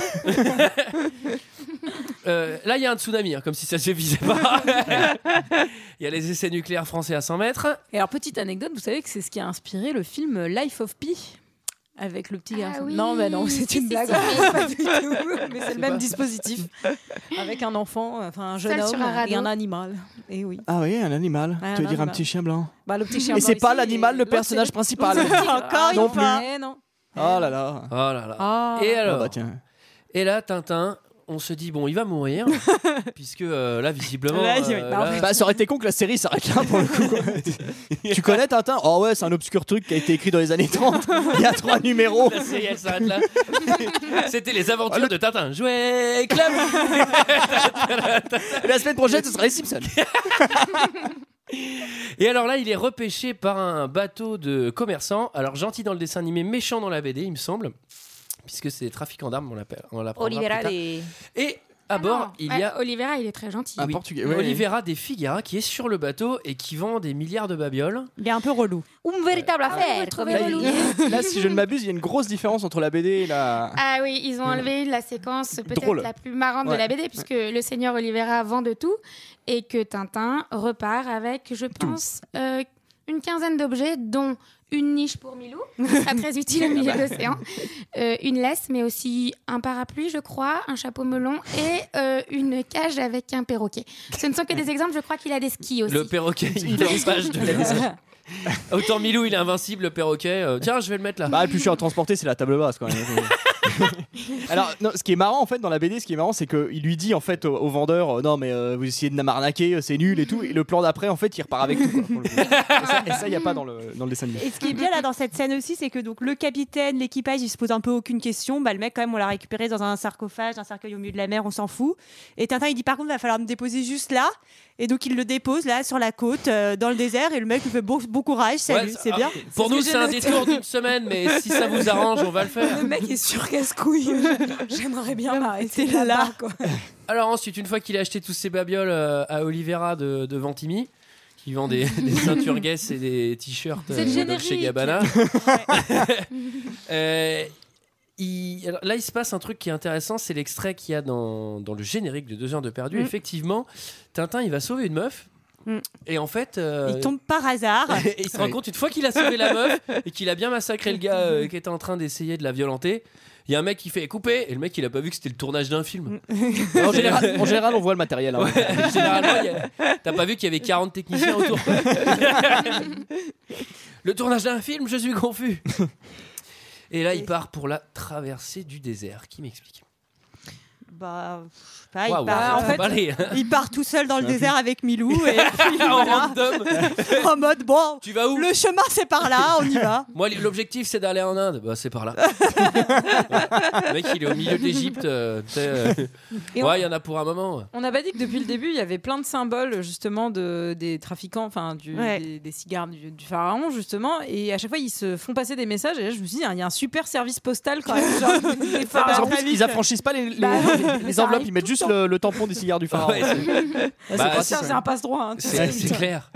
Euh, là, il y a un tsunami, hein, comme si ça ne suffisait pas. Il y a les essais nucléaires français à 100 mètres. Et alors, petite anecdote, vous savez que c'est ce qui a inspiré le film Life of Pi avec le petit Ah garçon. oui. Non, mais non, Si, c'est si, une si, blague. si. Pas du tout. Mais c'est le même pas. dispositif avec un enfant, enfin un jeune Seul sur homme un radeau. et un animal. Et oui. Ah oui, un animal. Ouais, tu un veux dire un animal. petit chien blanc. Bah, le petit chien Et blanc c'est pas ici, l'animal, et le l'autre, personnage c'est le- principal. l'autre, c'est le tigre. Encore Ah, une non fois. plus. Eh non. Oh là là. Oh là là. Ah. Et Ah alors bah tiens. Et là, Tintin, on se dit, bon, il va mourir, puisque euh, là, visiblement. Là, il- euh, bah, en là- Bah ça aurait été con que la série s'arrête là pour le coup. quoi. tu connais Tintin Oh ouais, c'est un obscur truc qui a été écrit dans les années 30. Il y a trois numéros. la série, elle s'arrête là. C'était les aventures de Tintin. Jouer club Et la semaine prochaine, ce sera les Simpsons. Et alors là, il est repêché par un bateau de commerçants. Alors, gentil dans le dessin animé, méchant dans la BD, il me semble, puisque c'est des trafiquants d'armes, on l'appelle. on l'apprendra plus tard. Et à Ah bord, non. il Ouais, y a Olivera, il est très gentil. Un oui. portugais. ouais. Olivera des Figara qui est sur le bateau et qui vend des milliards de babioles. Il est un peu relou. Une véritable affaire. Trouvez Là, relou. il- là, si je ne m'abuse, il y a une grosse différence entre la BD et la. Ah oui, ils ont enlevé la séquence peut-être Drôle. la plus marrante Ouais. de la BD, puisque le seigneur Olivera vend de tout et que Tintin repart avec, je pense, euh, une quinzaine d'objets, dont une niche pour Milou, qui sera très utile au Ah milieu de bah. l'océan, euh, une laisse, mais aussi un parapluie, je crois, un chapeau melon et euh, une cage avec un perroquet. Ce ne sont que des exemples, je crois qu'il a des skis aussi. Le perroquet, il est en page de la Autant Milou, il est invincible, le perroquet. euh, Tiens, je vais le mettre là. Bah, le plus cher à transporter, c'est la table basse quand même. Alors, non, ce qui est marrant en fait dans la BD, ce qui est marrant, c'est qu'il lui dit en fait au, au vendeur euh, Non, mais euh, vous essayez de m'arnaquer, euh, c'est nul et tout. Et le plan d'après, en fait, il repart avec tout. quoi, pour le coup. et ça- et ça, il n'y a pas dans le, dans le dessin animé. Et ce qui est bien là dans cette scène aussi, c'est que donc le capitaine, l'équipage, ils se posent un peu aucune question. Bah, le mec, quand même, on l'a récupéré dans un sarcophage, un cercueil au milieu de la mer, on s'en fout. Et Tintin, il dit par contre, va falloir me déposer juste là. Et donc, il le dépose là, sur la côte, euh, dans le désert. Et le mec lui fait bon, bon courage, salut, Ouais, c'est ah, bien. Pour C'est nous, ce que c'est j'ai un noté. détour d'une semaine, mais si ça vous arrange, on va le faire. Le mec est sur casse-couille. J'aimerais bien m'arrêter c'est là. là-bas. quoi. Alors ensuite, une fois qu'il a acheté tous ses babioles euh, à Olivera de, de Ventimi, qui vend des, des ceintures Guess et des t-shirts C'est le euh, Dolce générique. Gabbana, euh, il- alors là il se passe un truc qui est intéressant, c'est l'extrait qu'il y a dans, dans le générique de 2 heures de perdu. Mm. Effectivement, Tintin il va sauver une meuf, Mm. et en fait... euh, Il tombe par hasard. et il se rend Oui. compte une fois qu'il a sauvé la meuf et qu'il a bien massacré le gars euh, qui était en train d'essayer de la violenter. Il y a un mec qui fait couper et le mec il a pas vu que c'était le tournage d'un film. Mm. En général, en général, on voit le matériel. hein. Ouais, généralement, il y a- t'as pas vu qu'il y avait 40 techniciens autour. Le tournage d'un film, je suis confus. Et là, il part pour la traversée du désert. Qui m'explique Bah, je sais pas, il Waouh, part. en en fait- Il part tout seul dans le Ouais. désert avec Milou et puis voilà, en mode bon, tu vas où le chemin c'est par là, on y va. Moi, l'objectif, c'est d'aller en Inde. Bah, c'est par là. le mec, il est au milieu de l'Égypte. euh, tu sais, euh, Et ouais, il y en a pour un moment. On n'a pas dit que depuis le début, il y avait plein de symboles justement de, des trafiquants, enfin du- Ouais. des, des cigares du, du pharaon justement, et à chaque fois ils se font passer des messages. Et là, je me suis dit, hein, il y a un super service postal quand même. Genre, des Parce Ah, pharaons. qu'en plus, ils affranchissent pas les, les- Bah, les- mais les ça enveloppes, arrive ils mettent tout juste le le, le tampon des cigares du phararon. Ouais, c'est- Ouais, c'est Bah, pratique, Ça, ouais. c'est un passe-droit. hein, tu C'est sais. c'est clair.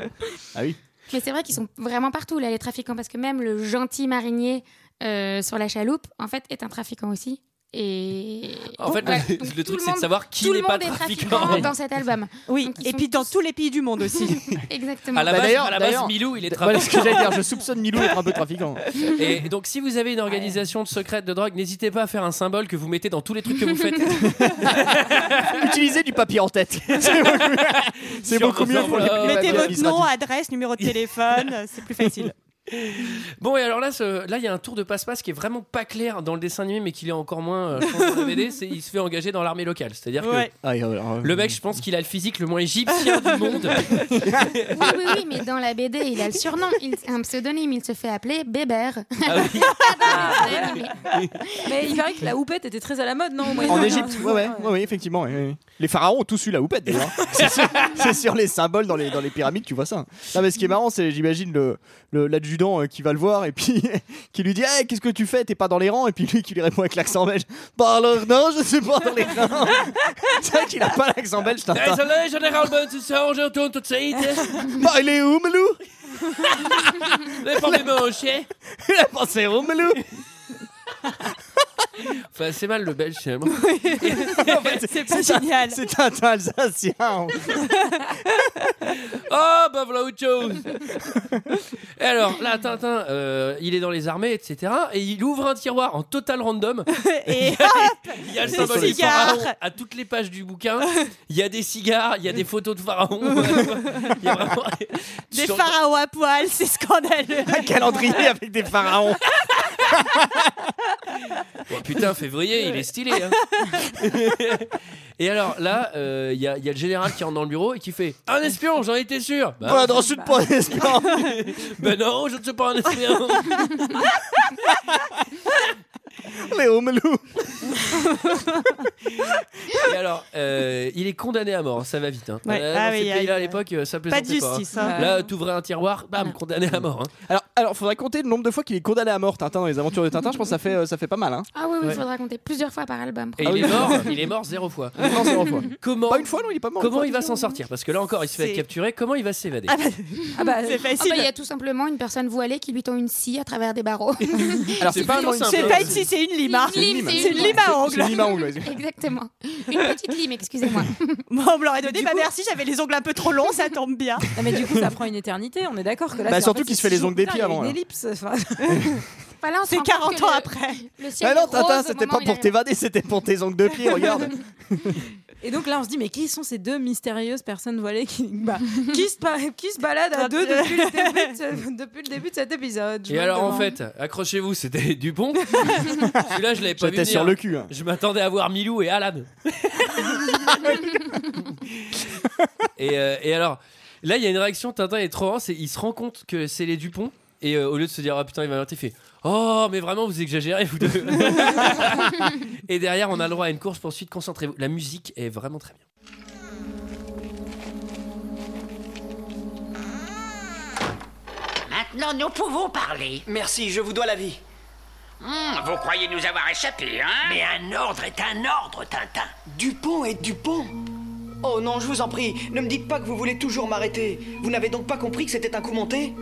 Ah oui. Mais c'est vrai qu'ils sont vraiment partout, là, les trafiquants, parce que même le gentil marinier euh, sur la chaloupe, en fait, est un trafiquant aussi. Et... En fait, Ouais, le, donc le tout truc, le c'est de monde- savoir qui tout le n'est pas monde est trafiquant. trafiquant dans cet album. Oui, Donc, ils et sont puis dans tous les pays du monde aussi. Exactement. À la Bah, base, d'ailleurs- à la base, d'ailleurs- Milou, il est Voilà trafiquant. ce que j'allais dire. Je soupçonne Milou d'être un peu trafiquant. Et donc, si vous avez une organisation de secrète de drogue, n'hésitez pas à faire un symbole que vous mettez dans tous les trucs que vous faites. Utilisez du papier en tête. C'est beaucoup- C'est Sur beaucoup vos mieux pour les enveloppes. les Mettez papiers votre nom, administratifs. adresse, numéro de téléphone, c'est plus facile. Bon, et alors là, ce- là, il y a un tour de passe-passe qui est vraiment pas clair dans le dessin animé, mais qui est encore moins euh, je pense, dans la BD. c'est- Il se fait engager dans l'armée locale. C'est-à-dire Ouais. Ah, et alors, euh, que le mec, je pense qu'il a le physique le moins égyptien du monde. Oui, oui, oui, mais dans la BD, il a le surnom, il, un pseudonyme, il se fait appeler Bébert. Ah oui. Ah Mais il paraît que la houppette était très à la mode, non au En Moyen-Âge Égypte, ouais, ouais, ouais, ouais, effectivement. ouais, ouais. Les pharaons ont tous eu la houppette, d'ailleurs. hein. c'est, sur, c'est sur les symboles dans les, dans les pyramides, tu vois ça. Non, mais ce qui est marrant, c'est, j'imagine, le, le- l'adjudant euh, qui va le voir et puis qui lui dit Hey, Qu'est-ce que tu fais T'es pas dans les rangs Et puis lui qui lui répond avec l'accent belge Bah alors, non, je suis pas dans les rangs. c'est vrai qu'il a pas l'accent belge, t'entends. Désolé, général Bonsoir, je retourne tout de suite. Bah, il est où, Melou Le problème au chien. Il a pensé où, Melou Enfin, c'est mal le belge, finalement. En fait, c'est, C'est pas génial. c'est un teint alsacien. Oh, bah voilà autre chose Et alors, là, Tintin, euh, il est dans les armées, etc. Et il ouvre un tiroir en total random. Et Il y a le Des symbole du cigares. pharaon à toutes les pages du bouquin. Il y a des cigares, il y a des photos de pharaon. Il y a vraiment... des Sur- pharaons à poil, c'est scandaleux. Un calendrier avec des pharaons. Oh, putain, février, il est stylé. hein. et alors, là, euh, il y, a il y a le général qui rentre dans le bureau et qui fait Un espion, j'en étais sûr Bah, Pas dans le sud pour les espions. Ben non, je ne suis pas un espion Léo Melou. Et alors, euh, il est condamné à mort, ça va vite. Hein. Ouais. Euh, Ah dans oui, ces aïe, pays-là à aïe, l'époque, euh, ça Pas plaisantait de pas, hein. justice. hein. Là, t'ouvrais un tiroir, bam, condamné à mort. hein. Alors, alors, faudrait compter le nombre de fois qu'il est condamné à mort, Tintin, dans les aventures de Tintin. Je pense que ça fait, euh, ça fait pas mal. Hein. Ah oui, il Ouais. faudra compter plusieurs fois par album. Et Ah il oui. est mort, il est mort zéro fois. Non, c'est en fois. Comment, Pas une fois, non, il est pas mort. comment une il fois. va s'en sortir Parce que là encore, il se fait C'est- capturer. Comment il va s'évader Ah bah, Ah bah, c'est Ah bah, Il facile. y a tout simplement une personne voilée qui lui tend une scie à travers des barreaux. Alors, c'est C'est Ah, pas un plutôt an, il- simple. c'est pas ici, c'est une lima. C'est une lime, C'est une c'est une lime à C'est ongles. une lime à ongles, vas-y. Exactement. Une petite lime, excusez-moi. Moi, on me l'aurait donné. Bah merci, j'avais les ongles un peu trop longs, ça tombe bien. Non, mais du coup, ça prend une éternité, on est d'accord que là. Bah, c'est- surtout en qu'il se c'est fait les toujours- ongles des Putain, pieds il y a avant, hein. Une là. élipse. enfin. Voilà, on se C'est rend compte 40 que ans le- après. Le ciel Ah non, est rose Tintin, au moment c'était pas où pour il arrive. t'évader, c'était pour tes ongles de pied, regarde. Et donc là, on se dit, mais qui sont ces deux mystérieuses personnes voilées qui, bah, qui, se, ba- qui se baladent à deux depuis le début de, ce- depuis le début de cet épisode je Et me alors, en demande. fait, accrochez-vous, c'était Dupont. Celui-là, je l'avais pas vu. J'étais sur venir. le cul. hein. Je m'attendais à voir Milou et Alan. et, euh, et alors, là, il y a une réaction. Tintin est trop rare, c'est il se rend compte que c'est les Dupont. Et euh, au lieu de se dire, ah putain, il va l'inventer, il fait Oh, mais vraiment, vous exagérez, vous deux. et derrière, on a le droit à une course poursuite. Concentrez-vous. La musique est vraiment très bien. Maintenant, nous pouvons parler. Merci, je vous dois la vie. Hmm, vous croyez nous avoir échappé, hein Mais un ordre est un ordre, Tintin. Dupont et Dupont Oh non, je vous en prie, ne me dites pas que vous voulez toujours m'arrêter. Vous n'avez donc pas compris que c'était un coup monté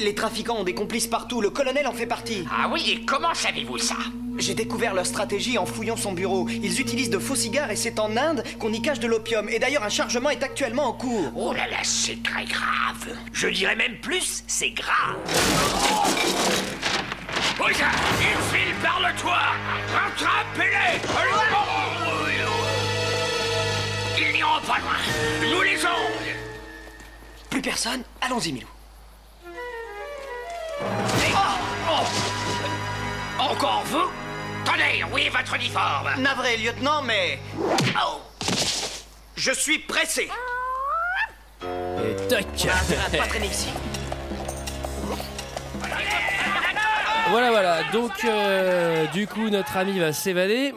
Les trafiquants ont des complices partout, le colonel en fait partie. Ah oui, et comment savez-vous ça J'ai découvert leur stratégie en fouillant son bureau. Ils utilisent de faux cigares et c'est en Inde qu'on y cache de l'opium. Et d'ailleurs, un chargement est actuellement en cours. Oh là là, c'est très grave. Je dirais même plus, c'est grave. Oh ça, ils filent par le toit Rattrapez-les Ils n'iront pas loin Nous les ongles Plus personne Allons-y, Milou. Oh Encore vous Tenez, oui, votre uniforme Navré, lieutenant, mais Oh je suis pressé. Et tac Intérêt à pas traîner ici. Voilà, voilà. Donc, euh, du coup, notre ami va s'évader.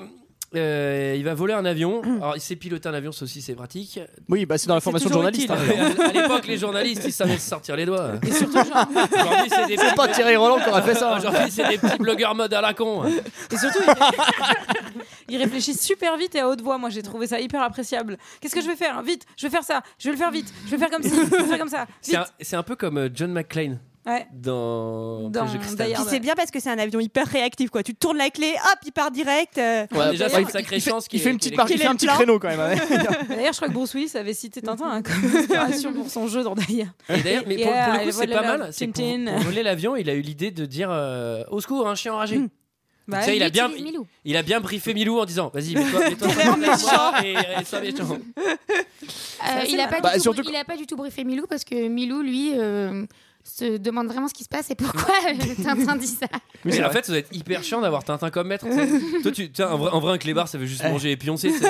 Euh, il va voler un avion. Alors, il sait piloter un avion, ça aussi, c'est pratique. Oui, bah c'est dans la formation de toujours journaliste. utile. hein. Et à à l'époque, les journalistes, ils savaient se sortir les doigts. Et surtout, genre- Aujourd'hui, c'est des C'est hein. pas Thierry Roland qui aurait fait ça. hein. Aujourd'hui, c'est des petits blogueurs mode à la con. Et surtout, ils- ils réfléchissent super vite et à haute voix. Moi, j'ai trouvé ça hyper appréciable. Qu'est-ce que je vais faire Vite, je vais faire ça. Je vais le faire vite. Je vais le faire comme ci, je vais le faire comme ça. C'est Vite. un, c'est un peu comme euh, John McClane Ouais. dans, Dans Projet Cristal. Die Puis Hard. c'est bien parce que c'est un avion hyper réactif quoi. Tu tournes la clé, hop, il part direct. euh. Ouais, déjà, c'est d'ailleurs, une sacrée il fait, chance qu'il il fait une qu'il petite ait- partie, qu'il il fait ait un le petit plan. créneau quand même. ouais. D'ailleurs, je crois que Bruce Willis avait cité Tintin hein, comme inspiration pour son jeu dans Die Hard. Et d'ailleurs, mais pour, Yeah, pour le coup, elle c'est vole pas le mal. love, C'est pour, Tintin. pour voler l'avion, il a eu l'idée de dire euh, au secours, un chien enragé. Bah, Tu sais, il a bien, utilise Milou. il a bien briefé Milou en disant vas-y, mets-toi, mets-toi sur le toit et, et sois méchant. Euh, il n'a pas, Bah, du tout- surtout que- il a pas du tout briefé Milou parce que Milou, lui, euh, se demande vraiment ce qui se passe et pourquoi Tintin dit ça. Mais en fait, ça doit être hyper chiant d'avoir Tintin comme maître. tu sais. Toi, tu, tu sais, en, vrai, en vrai, un clébard, ça veut juste manger et pioncer. tu sais.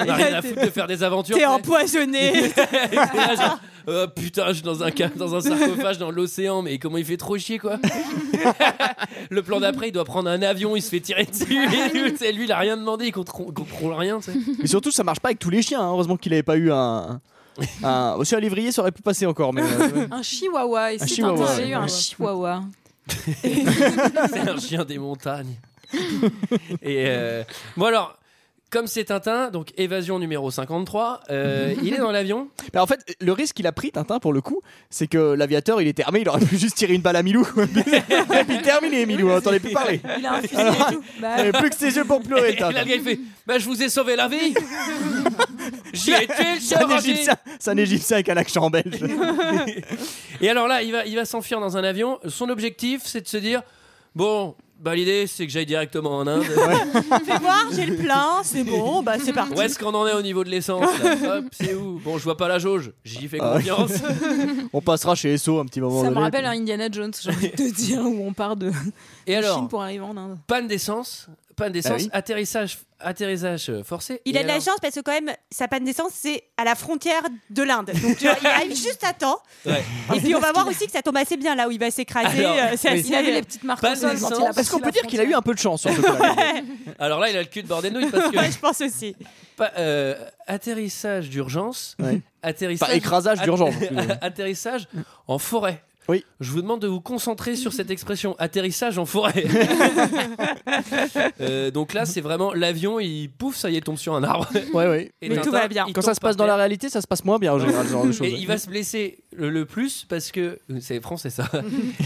On a rien à foutre de faire des aventures. T'es tu sais. empoisonné. Et là, genre, euh, putain, je suis dans un, ca- dans un sarcophage dans l'océan, mais comment il fait trop chier quoi Le plan d'après, il doit prendre un avion, il se fait tirer dessus. Et tout, tu sais, lui, il a rien demandé, il contrôle, contrôle rien. tu sais. Mais surtout, ça marche pas avec tous les chiens. hein. Heureusement qu'il avait pas eu un. un... Sur un lévrier, ça aurait pu passer encore. Mais euh, Un chihuahua. Et Un c'est chihuahua, Tintin, ouais. j'ai eu un chihuahua. C'est un chien des montagnes. Et euh, bon alors, comme c'est Tintin, donc évasion numéro 53, euh, il est dans l'avion. mais Bah, en fait, le risque qu'il a pris, Tintin, pour le coup, c'est que l'aviateur, il était armé, il aurait pu juste tirer une balle à Milou. Et puis terminé, Milou, on n'entendait plus parler. Il a un fusil et tout. Bah, Il avait plus que ses yeux pour pleurer, Et là, Tintin. le gars, il fait Bah, je vous ai sauvé la vie J'y ai tué le C'est chien un, Roger. Égyptien, c'est un Égyptien avec un accent belge. Et alors là, il va, il va s'enfuir dans un avion. Son objectif, c'est de se dire Bon, bah, l'idée, c'est que j'aille directement en Inde. Fais voir, j'ai le plein, c'est bon, bah c'est parti. Où est-ce qu'on en est au niveau de l'essence là Hop, c'est où Bon, je vois pas la jauge. J'y fais Ah ouais. confiance. On passera chez SO un petit moment. ça me donné. rappelle un Indiana Jones, j'ai envie de te dire, où on part de Et alors, Chine pour arriver en Inde. panne d'essence, panne d'essence, Ah oui. atterrissage, atterrissage euh, forcé. Il Et a de la alors chance parce que quand même sa panne d'essence c'est à la frontière de l'Inde. Donc tu vois, il arrive juste à temps. Ouais. Et puis on va voir aussi que ça tombe assez bien là où il va s'écraser. Alors, euh, c'est oui. assez- Il avait les petites marques Pas au sol quand d'essence. il a passé Est-ce qu'on la peut dire qu'il a frontière. eu un peu de chance sur ce plan Alors là, il a le cul de bord des nouilles parce que Ouais, je pense aussi. pa- euh, atterrissage d'urgence, Ouais. atterrissage, Enfin, écrasage at- d'urgence. atterrissage en forêt. Oui. Je vous demande de vous concentrer sur cette expression atterrissage en forêt. Euh, donc là, c'est vraiment l'avion, il pouf, ça y est, tombe sur un arbre. Ouais, ouais. Et Mais tout Tintin, va bien. il Quand tombe ça se par passe dans la terre. réalité, ça se passe moins bien en général, ce genre de choses. Et il va se blesser le, le plus parce que euh, c'est français ça.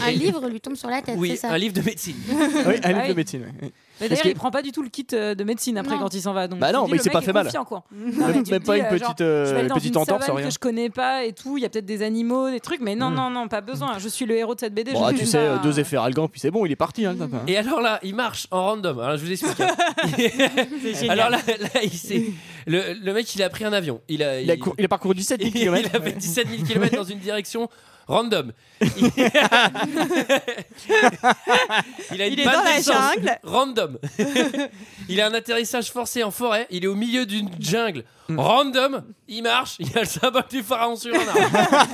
Un livre lui tombe sur la tête, c'est Oui, ça. un livre de médecine. Ah oui, un livre Ah de oui. médecine. ouais. Mais Parce d'ailleurs, que- il prend pas du tout le kit euh, de médecine après Non. quand il s'en va. Donc Bah tu non, dis, mais le il s'est mec pas est fait mal. confiant, quoi. Même- mais tu même te pas dis, une euh, genre, petite, euh, je vais aller dans petite une entorse, savane rien. Mm. que je connais pas et tout. Il y a peut-être des animaux, des trucs, mais non, non, non, pas besoin. Je suis le héros de cette BD. Bon, je ah, ne tu vais sais, pas- euh, deux effets Algan, puis c'est bon, il est parti. hein, le Tintin. Et alors là, il marche en random. Alors, je vous explique. hein. génial. Ah, alors là, là, il s'est- le, le mec, il a pris un avion. Il a, Il a, cour- il a parcouru 17 000 il- km. il a fait 17 000 km dans une direction random. Il, Il a une Il est panne dans la d'essence. jungle. Random. il a un atterrissage forcé en forêt. Il est au milieu d'une jungle. Random. Il marche. Il a le symbole du pharaon sur un arbre.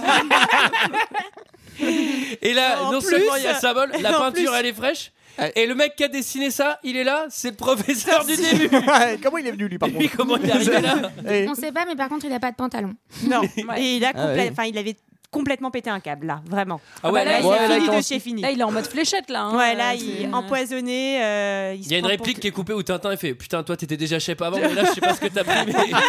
Et là, En non plus- seulement il y a le symbole, la en peinture plus- elle est fraîche. Ouais. Et le mec qui a dessiné ça, il est là, c'est le professeur du début. Ouais, Comment il est venu, lui, par Et puis contre comment il est arrivé là Eh, On sait pas, mais par contre, il a pas de pantalon. Non. Et il a Ah, complè- ouais. enfin, il avait complètement pété un câble là, vraiment. Ah ouais, Ah bah là, là, il- il- ouais, là, fini de commence- chez fini. Là, il est en mode fléchette, là. hein. Ouais, là, Euh, il est c'est- empoisonné. euh, il Il se y a une prend réplique pour- qui est coupée où Tintin il fait Putain, toi t'étais déjà chef avant, mais là je sais pas ce que t'as pris, mais là,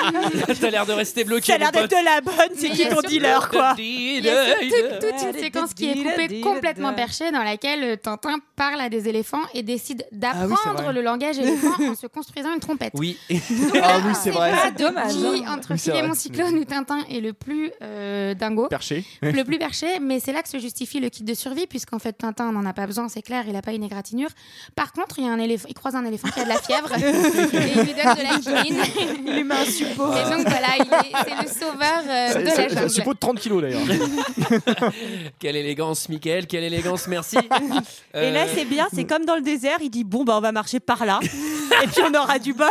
t'as l'air de rester bloqué. Ça a l'air mon d'être de la bonne, c'est Mais qui il y a ton surtout- dealer, pote. quoi Il y a toute, toute Ouais, une des- séquence des- qui est des- des- coupée complètement des- perchée dans laquelle euh, Tintin parle à des éléphants et décide d'apprendre vrai. le langage éléphant en se construisant une trompette. Oui, Ah oui, c'est vrai. Pas C'est dommage, Qui, hein. entre Oui, c'est vrai. Philémon Cyclone ou Tintin est le plus euh, dingo, Perché. le plus perché, mais c'est là que se justifie le kit de survie, puisqu'en fait Tintin n'en a pas besoin, c'est clair, il n'a pas une égratignure. Par contre, il, y a un éléphant, il croise un éléphant qui a de la fièvre et il lui donne de la quinine. Il lui met un suppôt. Et donc voilà, il est- c'est le sauveur euh, C'est de la c'est- c'est un jungle. suppôt de 30 kilos, d'ailleurs. quelle élégance, Michael, quelle élégance, merci. Euh, Et là, c'est bien, mm. c'est comme dans le désert, il dit bon, bah on va marcher par là, et puis on aura du bol.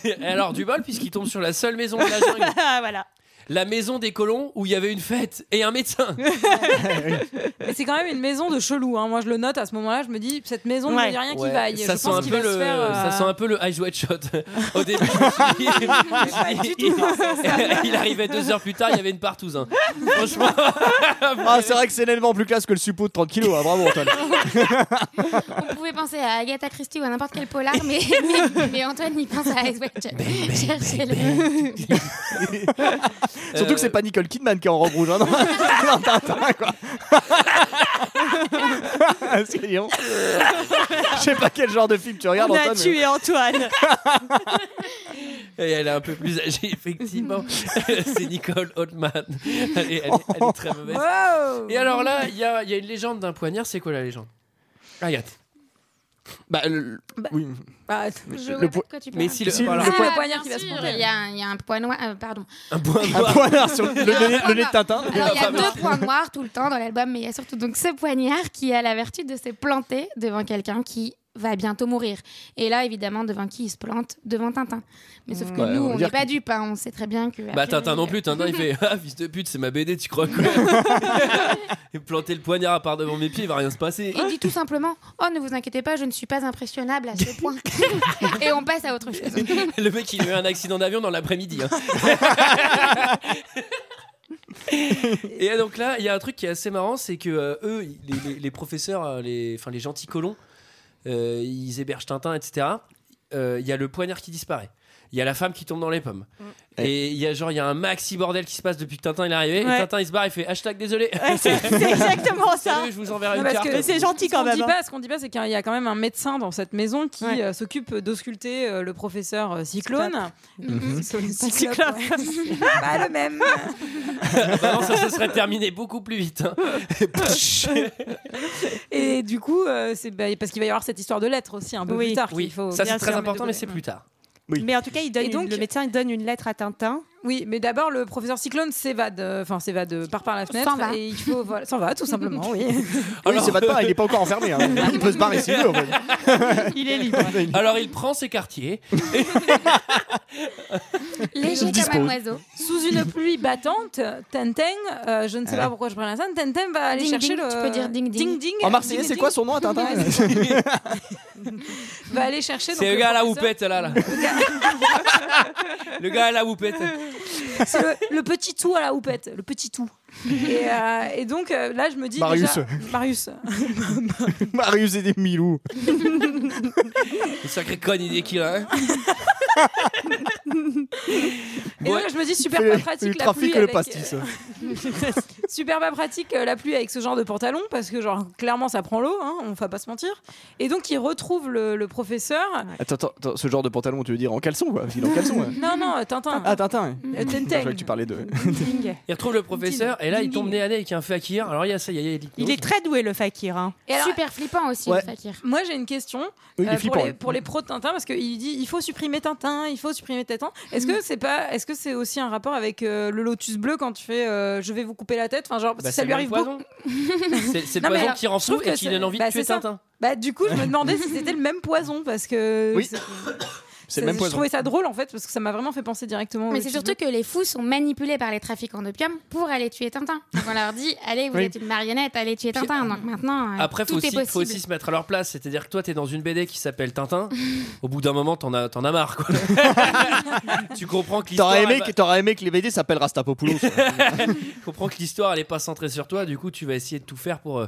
c'est. Alors, du bol, puisqu'il tombe sur la seule maison de la jungle, Ah, voilà. la maison des colons où il y avait une fête et un médecin. Mais c'est quand même une maison de chelou. hein. Moi, je le note à ce moment-là. Je me dis, cette maison ne Ouais. me dit rien qui Ouais, vaille. Ça, je sent pense un qu'il peu va se le, faire, euh, ça sent un peu le Eyes Wide Shot. Au début, je me suis dit- il arrivait deux heures plus tard, il y avait une partouze. hein. Franchement, Ah, c'est vrai que c'est nettement plus classe que le suppôt de 30 kilos. Ah, bravo, Antoine. On pouvait penser à Agatha Christie ou à n'importe quel polar, mais, mais, mais Antoine, il pense à Ice Watch. Ben, Cherchez-le. Surtout que c'est pas Nicole Kidman qui est en robe rouge. Hein, non, Non, Tintin, quoi. Parce que, dis donc, Je sais pas quel genre de film tu regardes, on a Antoine. mais- tué Antoine. Et elle est un peu plus âgée, effectivement. c'est Nicole Oldman. Elle est, elle est- elle est très mauvaise. Wow Et alors là, il y a, il y a une légende d'un poignard. C'est quoi la légende Agathe. Bah, le- Bah, oui. Bah, Je Le vois pas de po- quoi tu Mais parles. si le, Si, voilà. Ah, le po- le poignard bien qui va se sûr, monter. Il y, a un- il y a un point noir. euh, pardon. un point Un noir. poignard sur le, nez, le nez de Tintin. Alors, il y a pas mal. deux points noirs tout le temps dans l'album, mais il y a surtout donc ce poignard qui a la vertu de se planter devant quelqu'un qui va bientôt mourir. Et là, évidemment, devant qui il se plante Devant Tintin. Mais sauf que Mmh. Ouais, on nous, va on dire n'est pas dupes, hein, on sait très bien que. Bah après, Tintin non euh, plus, Tintin il fait Ah fils de pute, c'est ma BD, tu crois quoi Et planter le poignard à part devant mes pieds, il va rien se passer. Il dit tout simplement Oh, ne vous inquiétez pas, je ne suis pas impressionnable à ce point. Et on passe à autre chose. Le mec il a eu un accident d'avion dans l'après-midi. hein. Et donc là, il y a un truc qui est assez marrant, c'est que euh, eux, les, les- les professeurs, euh, les, enfin les gentils colons, euh, ils hébergent Tintin, etc. Euh, Il y a le poignard qui disparaît. Il y a la femme qui tombe dans les pommes. Et il y a genre il y a un maxi bordel qui se passe depuis que Tintin il est arrivé. Et Ouais. Tintin il se barre, il fait hashtag désolé. Ouais, c'est c'est exactement ça. Salut, je vous enverrai Non, une Ah, parce carte. que Mais c'est gentil Ce qu'on quand même. dit hein. pas, ce qu'on dit pas, c'est qu'il y a quand même un médecin dans cette maison qui Ouais. euh, s'occupe d'ausculter euh, le professeur euh, Cyclone. Mhm. Cyclope, ouais. pas le même. Bah non, ça se serait terminé beaucoup plus vite. hein. Et du coup, euh, c'est bah, parce qu'il va y avoir cette histoire de lettres aussi un peu Oui. plus tard. qu'il Oui, faut ça c'est bien très sûr. important, mais c'est plus tard. Oui. Mais en tout cas, il donne Et une- donc- le médecin il donne une lettre à Tintin. Oui, mais d'abord le professeur Cyclone s'évade, euh, enfin s'évade, part par la fenêtre S'en va. et il faut voilà, s'en va tout simplement. Oui. oui, c'est pas de part, il est pas encore enfermé. hein. Ah, Il peut se barrer s'il veut. En fait. Il est libre. Alors il prend ses quartiers. Léger comme un dispose. oiseau. Sous une pluie battante, Tenten, euh, je ne sais Hein pas pourquoi je prends la scène, Tenten va aller Ding, chercher ding, le. tu peux dire ding, ding. En marseillais, c'est quoi son nom à Tintin Va aller chercher. donc, C'est le le gars à la professeur- houppette là. là. le gars à la houppette. C'est le, le petit tout à la houppette, le petit tout. Et, euh, et donc euh, là, je me dis. Marius. déjà- Marius. Marius et des Milou. Le sacré con idée qu'il a. hein. Et Ouais. donc, je me dis super Fait pas le- pratique le la pluie. trafic et le avec, pastis. euh, super pas pratique euh, la pluie avec ce genre de pantalon parce que, genre, clairement, ça prend l'eau, hein, on va pas se mentir. Et donc, il retrouve le, le professeur. Attends, attends, attends, ce genre de pantalon, tu veux dire en caleçon quoi Il est en caleçon. ouais. Non, non, Tintin. Ah, Tintin. Mm. ouais. Euh, Tintin. Je croyais que tu parlais de. Il retrouve le professeur et là il tombe nez à nez avec un fakir. Alors il y a ça, il y a l'hypnose. Il est très doué le fakir. hein. Et alors, Super flippant aussi, Ouais. le fakir. Moi, j'ai une question Oui, il est euh, pour, flippant. les, pour les pros de Tintin, parce qu'il dit il faut supprimer Tintin, il faut supprimer Tintin. Est-ce Mhm. que c'est pas, est-ce que c'est aussi un rapport avec euh, le Lotus bleu quand tu fais euh, je vais vous couper la tête, enfin genre Bah, ça c'est lui le arrive même beaucoup. poison. C'est c'est le Non, mais poison alors, qui rend je trouve fou et que qui c'est- donne envie bah, de tuer c'est ça. Tintin. Bah du coup, je me demandais si c'était le même poison parce que Oui. c'est- C'est le même Je poison. trouvais ça drôle en fait parce que ça m'a vraiment fait penser directement. au Mais c'est Lotus surtout que les fous sont manipulés par les trafiquants d'opium pour aller tuer Tintin. Donc on leur dit allez, vous Oui. êtes une marionnette, allez tuer Tintin. Donc maintenant, euh, Après, tout faut est aussi, possible. faut aussi se mettre à leur place. C'est-à-dire que toi, t'es dans une BD qui s'appelle Tintin. Au bout d'un moment, t'en as, t'en as marre. Quoi. tu comprends que l'histoire. T'aurais aimé, elle va- que- t'aurais aimé que les BD s'appellent Rastapopoulos. quoi. Je comprends que l'histoire elle est pas centrée sur toi, du coup tu vas essayer de tout faire pour, euh,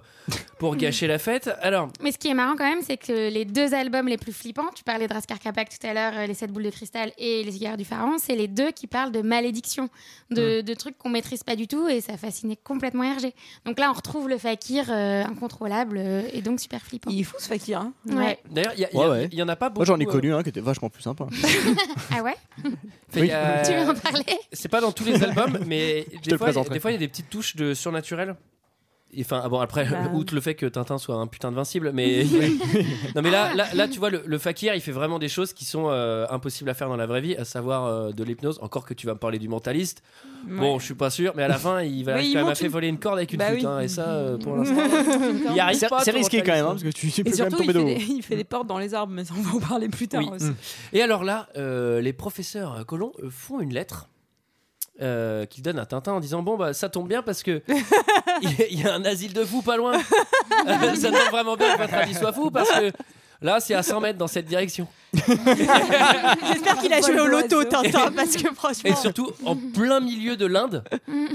pour gâcher la fête. Alors, Mais ce qui est marrant quand même, c'est que les deux albums les plus flippants, tu parlais de Raskar Kapak tout à l'heure, euh, Les Sept Boules de Cristal et Les Cigares du Pharaon, c'est les deux qui parlent de malédiction, de, de trucs qu'on maîtrise pas du tout et ça fascinait complètement Hergé. Donc là, on retrouve le fakir euh, incontrôlable euh, et donc super flippant. Bleu. Il est fou ce fakir. hein. Ouais. d'ailleurs, il y, a- il y a- Ouais, ouais. il y en a pas Moi beaucoup. j'en ai euh, connu un qui était vachement plus sympa. Ah ouais fait, il y Euh, a- Tu veux en parler C'est pas dans tous les albums, mais le des fois, présenterai. des fois, il y a des petites touches de surnaturel. Et Enfin, ah bon, après, Bah. outre le fait que Tintin soit un putain de vincible, mais. non, mais Ah. là, là, là, tu vois, le, le fakir, il fait vraiment des choses qui sont euh, impossibles à faire dans la vraie vie, à savoir euh, de l'hypnose. Encore que tu vas me parler du mentaliste. Bon, je suis pas sûr, mais à la fin, il va Oui, il quand même à monte fait une- voler une corde avec une Bah flûte, oui. hein, et ça, euh, pour l'instant, il y arrive C'est pas, c'est ton risqué quand même, hein, parce mentaliste. que tu, tu peux Et quand même surtout, tomber il de fait, haut. des, il fait des portes dans les arbres, mais ça, on va en parler plus tard Oui. aussi. Et alors là, euh, les professeurs euh, Colomb euh, font une lettre euh, qu'ils donnent à Tintin en disant Bon, bah ça tombe bien parce que il y a- il y a un asile de fous pas loin. Euh, ça tombe vraiment bien que votre ami soit fou parce que là, c'est à 100 mètres dans cette direction. J'espère qu'il a Vol joué au loto, d'oiseau. Tintin, parce que franchement. Et surtout, en plein milieu de l'Inde,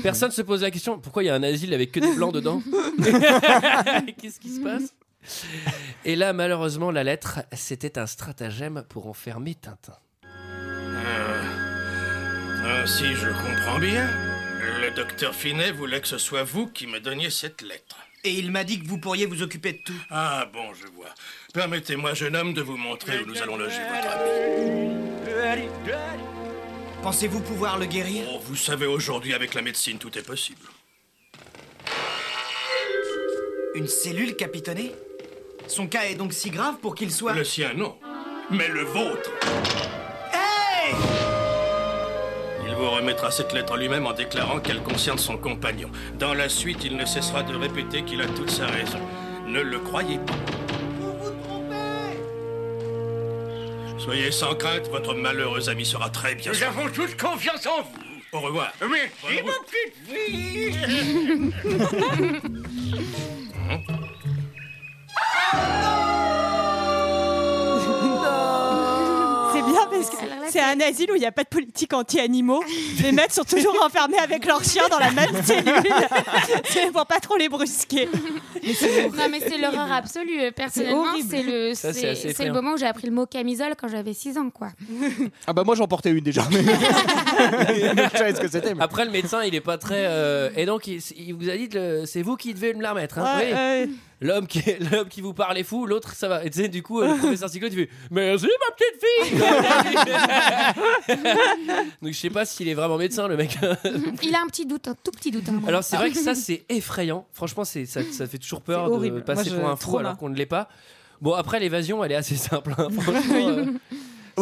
personne se pose la question Pourquoi il y a un asile avec que des blancs dedans Qu'est-ce qui se passe et là, malheureusement, la lettre, c'était un stratagème pour enfermer Tintin. Ah, si je comprends bien, le docteur Finet voulait que ce soit vous qui me donniez cette lettre. Et il m'a dit que vous pourriez vous occuper de tout. Ah bon, je vois. Permettez-moi, jeune homme, de vous montrer où nous allons loger votre ami. Pensez-vous pouvoir le guérir Oh, vous savez, aujourd'hui, avec la médecine, tout est possible. Une cellule capitonnée Son cas est donc si grave pour qu'il soit... Le sien, non. Mais le vôtre Hey Il vous remettra cette lettre lui-même en déclarant qu'elle concerne son compagnon. Dans la suite, il ne cessera de répéter qu'il a toute sa raison. Ne le croyez pas. Soyez sans crainte, votre malheureux ami sera très bien Nous soigné. avons tous confiance en vous. Au revoir. Merci, Voilà. ma petite fille. C'est bien parce que c'est un asile où il n'y a pas de politique anti-animaux. Les mecs sont toujours enfermés avec leurs chiens dans la même cellule. C'est pour pas trop les brusquer. Non, mais c'est l'horreur absolue. euh, Personnellement, horrible. c'est le, Ça, c'est c'est- assez c'est le effrayant. moment où j'ai appris le mot camisole quand j'avais 6 ans, quoi. Ah bah moi j'en portais une déjà. Après, le médecin, il est pas très. euh, Et donc, il, il vous a dit le- c'est vous qui devez me la remettre. hein. Ouais, euh, Oui. ouais. L'homme qui, l'homme qui vous parle est fou, l'autre ça va. Et tu sais, du coup, euh, le professeur Cyclo, tu fais Merci ma petite fille Donc, je sais pas s'il est vraiment médecin, le mec. Il a un petit doute, un tout petit doute. hein. Alors c'est vrai que ça c'est effrayant. Franchement c'est ça, ça fait toujours peur C'est de horrible. passer Moi, je- pour un fou trauma. alors qu'on ne l'est pas. Bon après l'évasion elle est assez simple. hein. Franchement, euh,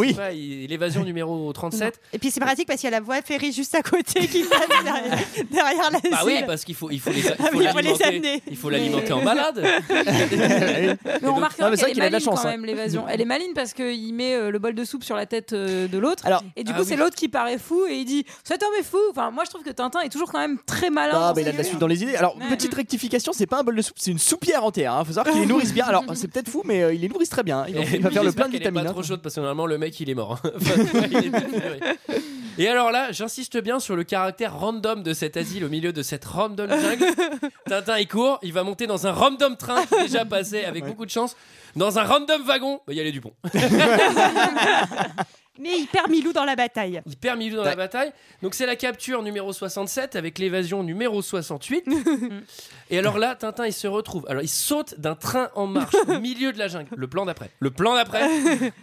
c'est pas, il- l'évasion numéro 37. Et puis c'est pratique parce qu'il y a la voie ferrée juste à côté qui passe derrière, derrière la Bah oui selle. parce qu'il faut il faut les, il faut Ah oui, il faut les l'alimenter. amener. Il faut l'alimenter en balade. Mais on remarquera Non, mais c'est qu'elle est vrai qu'il a de la maligne chance, quand hein. même, l'évasion. Elle est maligne parce qu'il met euh, le bol de soupe sur la tête euh, de l'autre. Alors- Et du Ah coup, oui. c'est l'autre qui paraît fou et il dit Cet homme est fou. Enfin, moi, je trouve que Tintin est toujours quand même très malin. Ah, dans bah, il a de la ses- suite dans les idées. Alors, petite rectification, c'est pas un bol de soupe, c'est une soupière entière. hein. Faut savoir qu'ils les nourrissent bien. Alors, c'est peut-être fou, mais euh, ils les nourrissent très bien. hein. Ils vont- Il va faire le plein J'espère de qu'elle est vitamines. Pas hein. trop chaude parce que normalement le mec il est mort. hein. Enfin, tu vois, il est bien furieux. Et alors là, j'insiste bien sur le caractère random de cet asile au milieu de cette random jungle. Tintin il court, il va monter dans un random train qui est déjà passé avec beaucoup de chance. Dans un random wagon, bah, il y a les Dupont. Mais hyper Milou dans la bataille. Hyper milieu dans la bataille. Donc c'est la capture numéro 67 avec l'évasion numéro 68. Et alors là, Tintin il se retrouve. Alors il saute d'un train en marche au milieu de la jungle. Le plan d'après. Le plan d'après,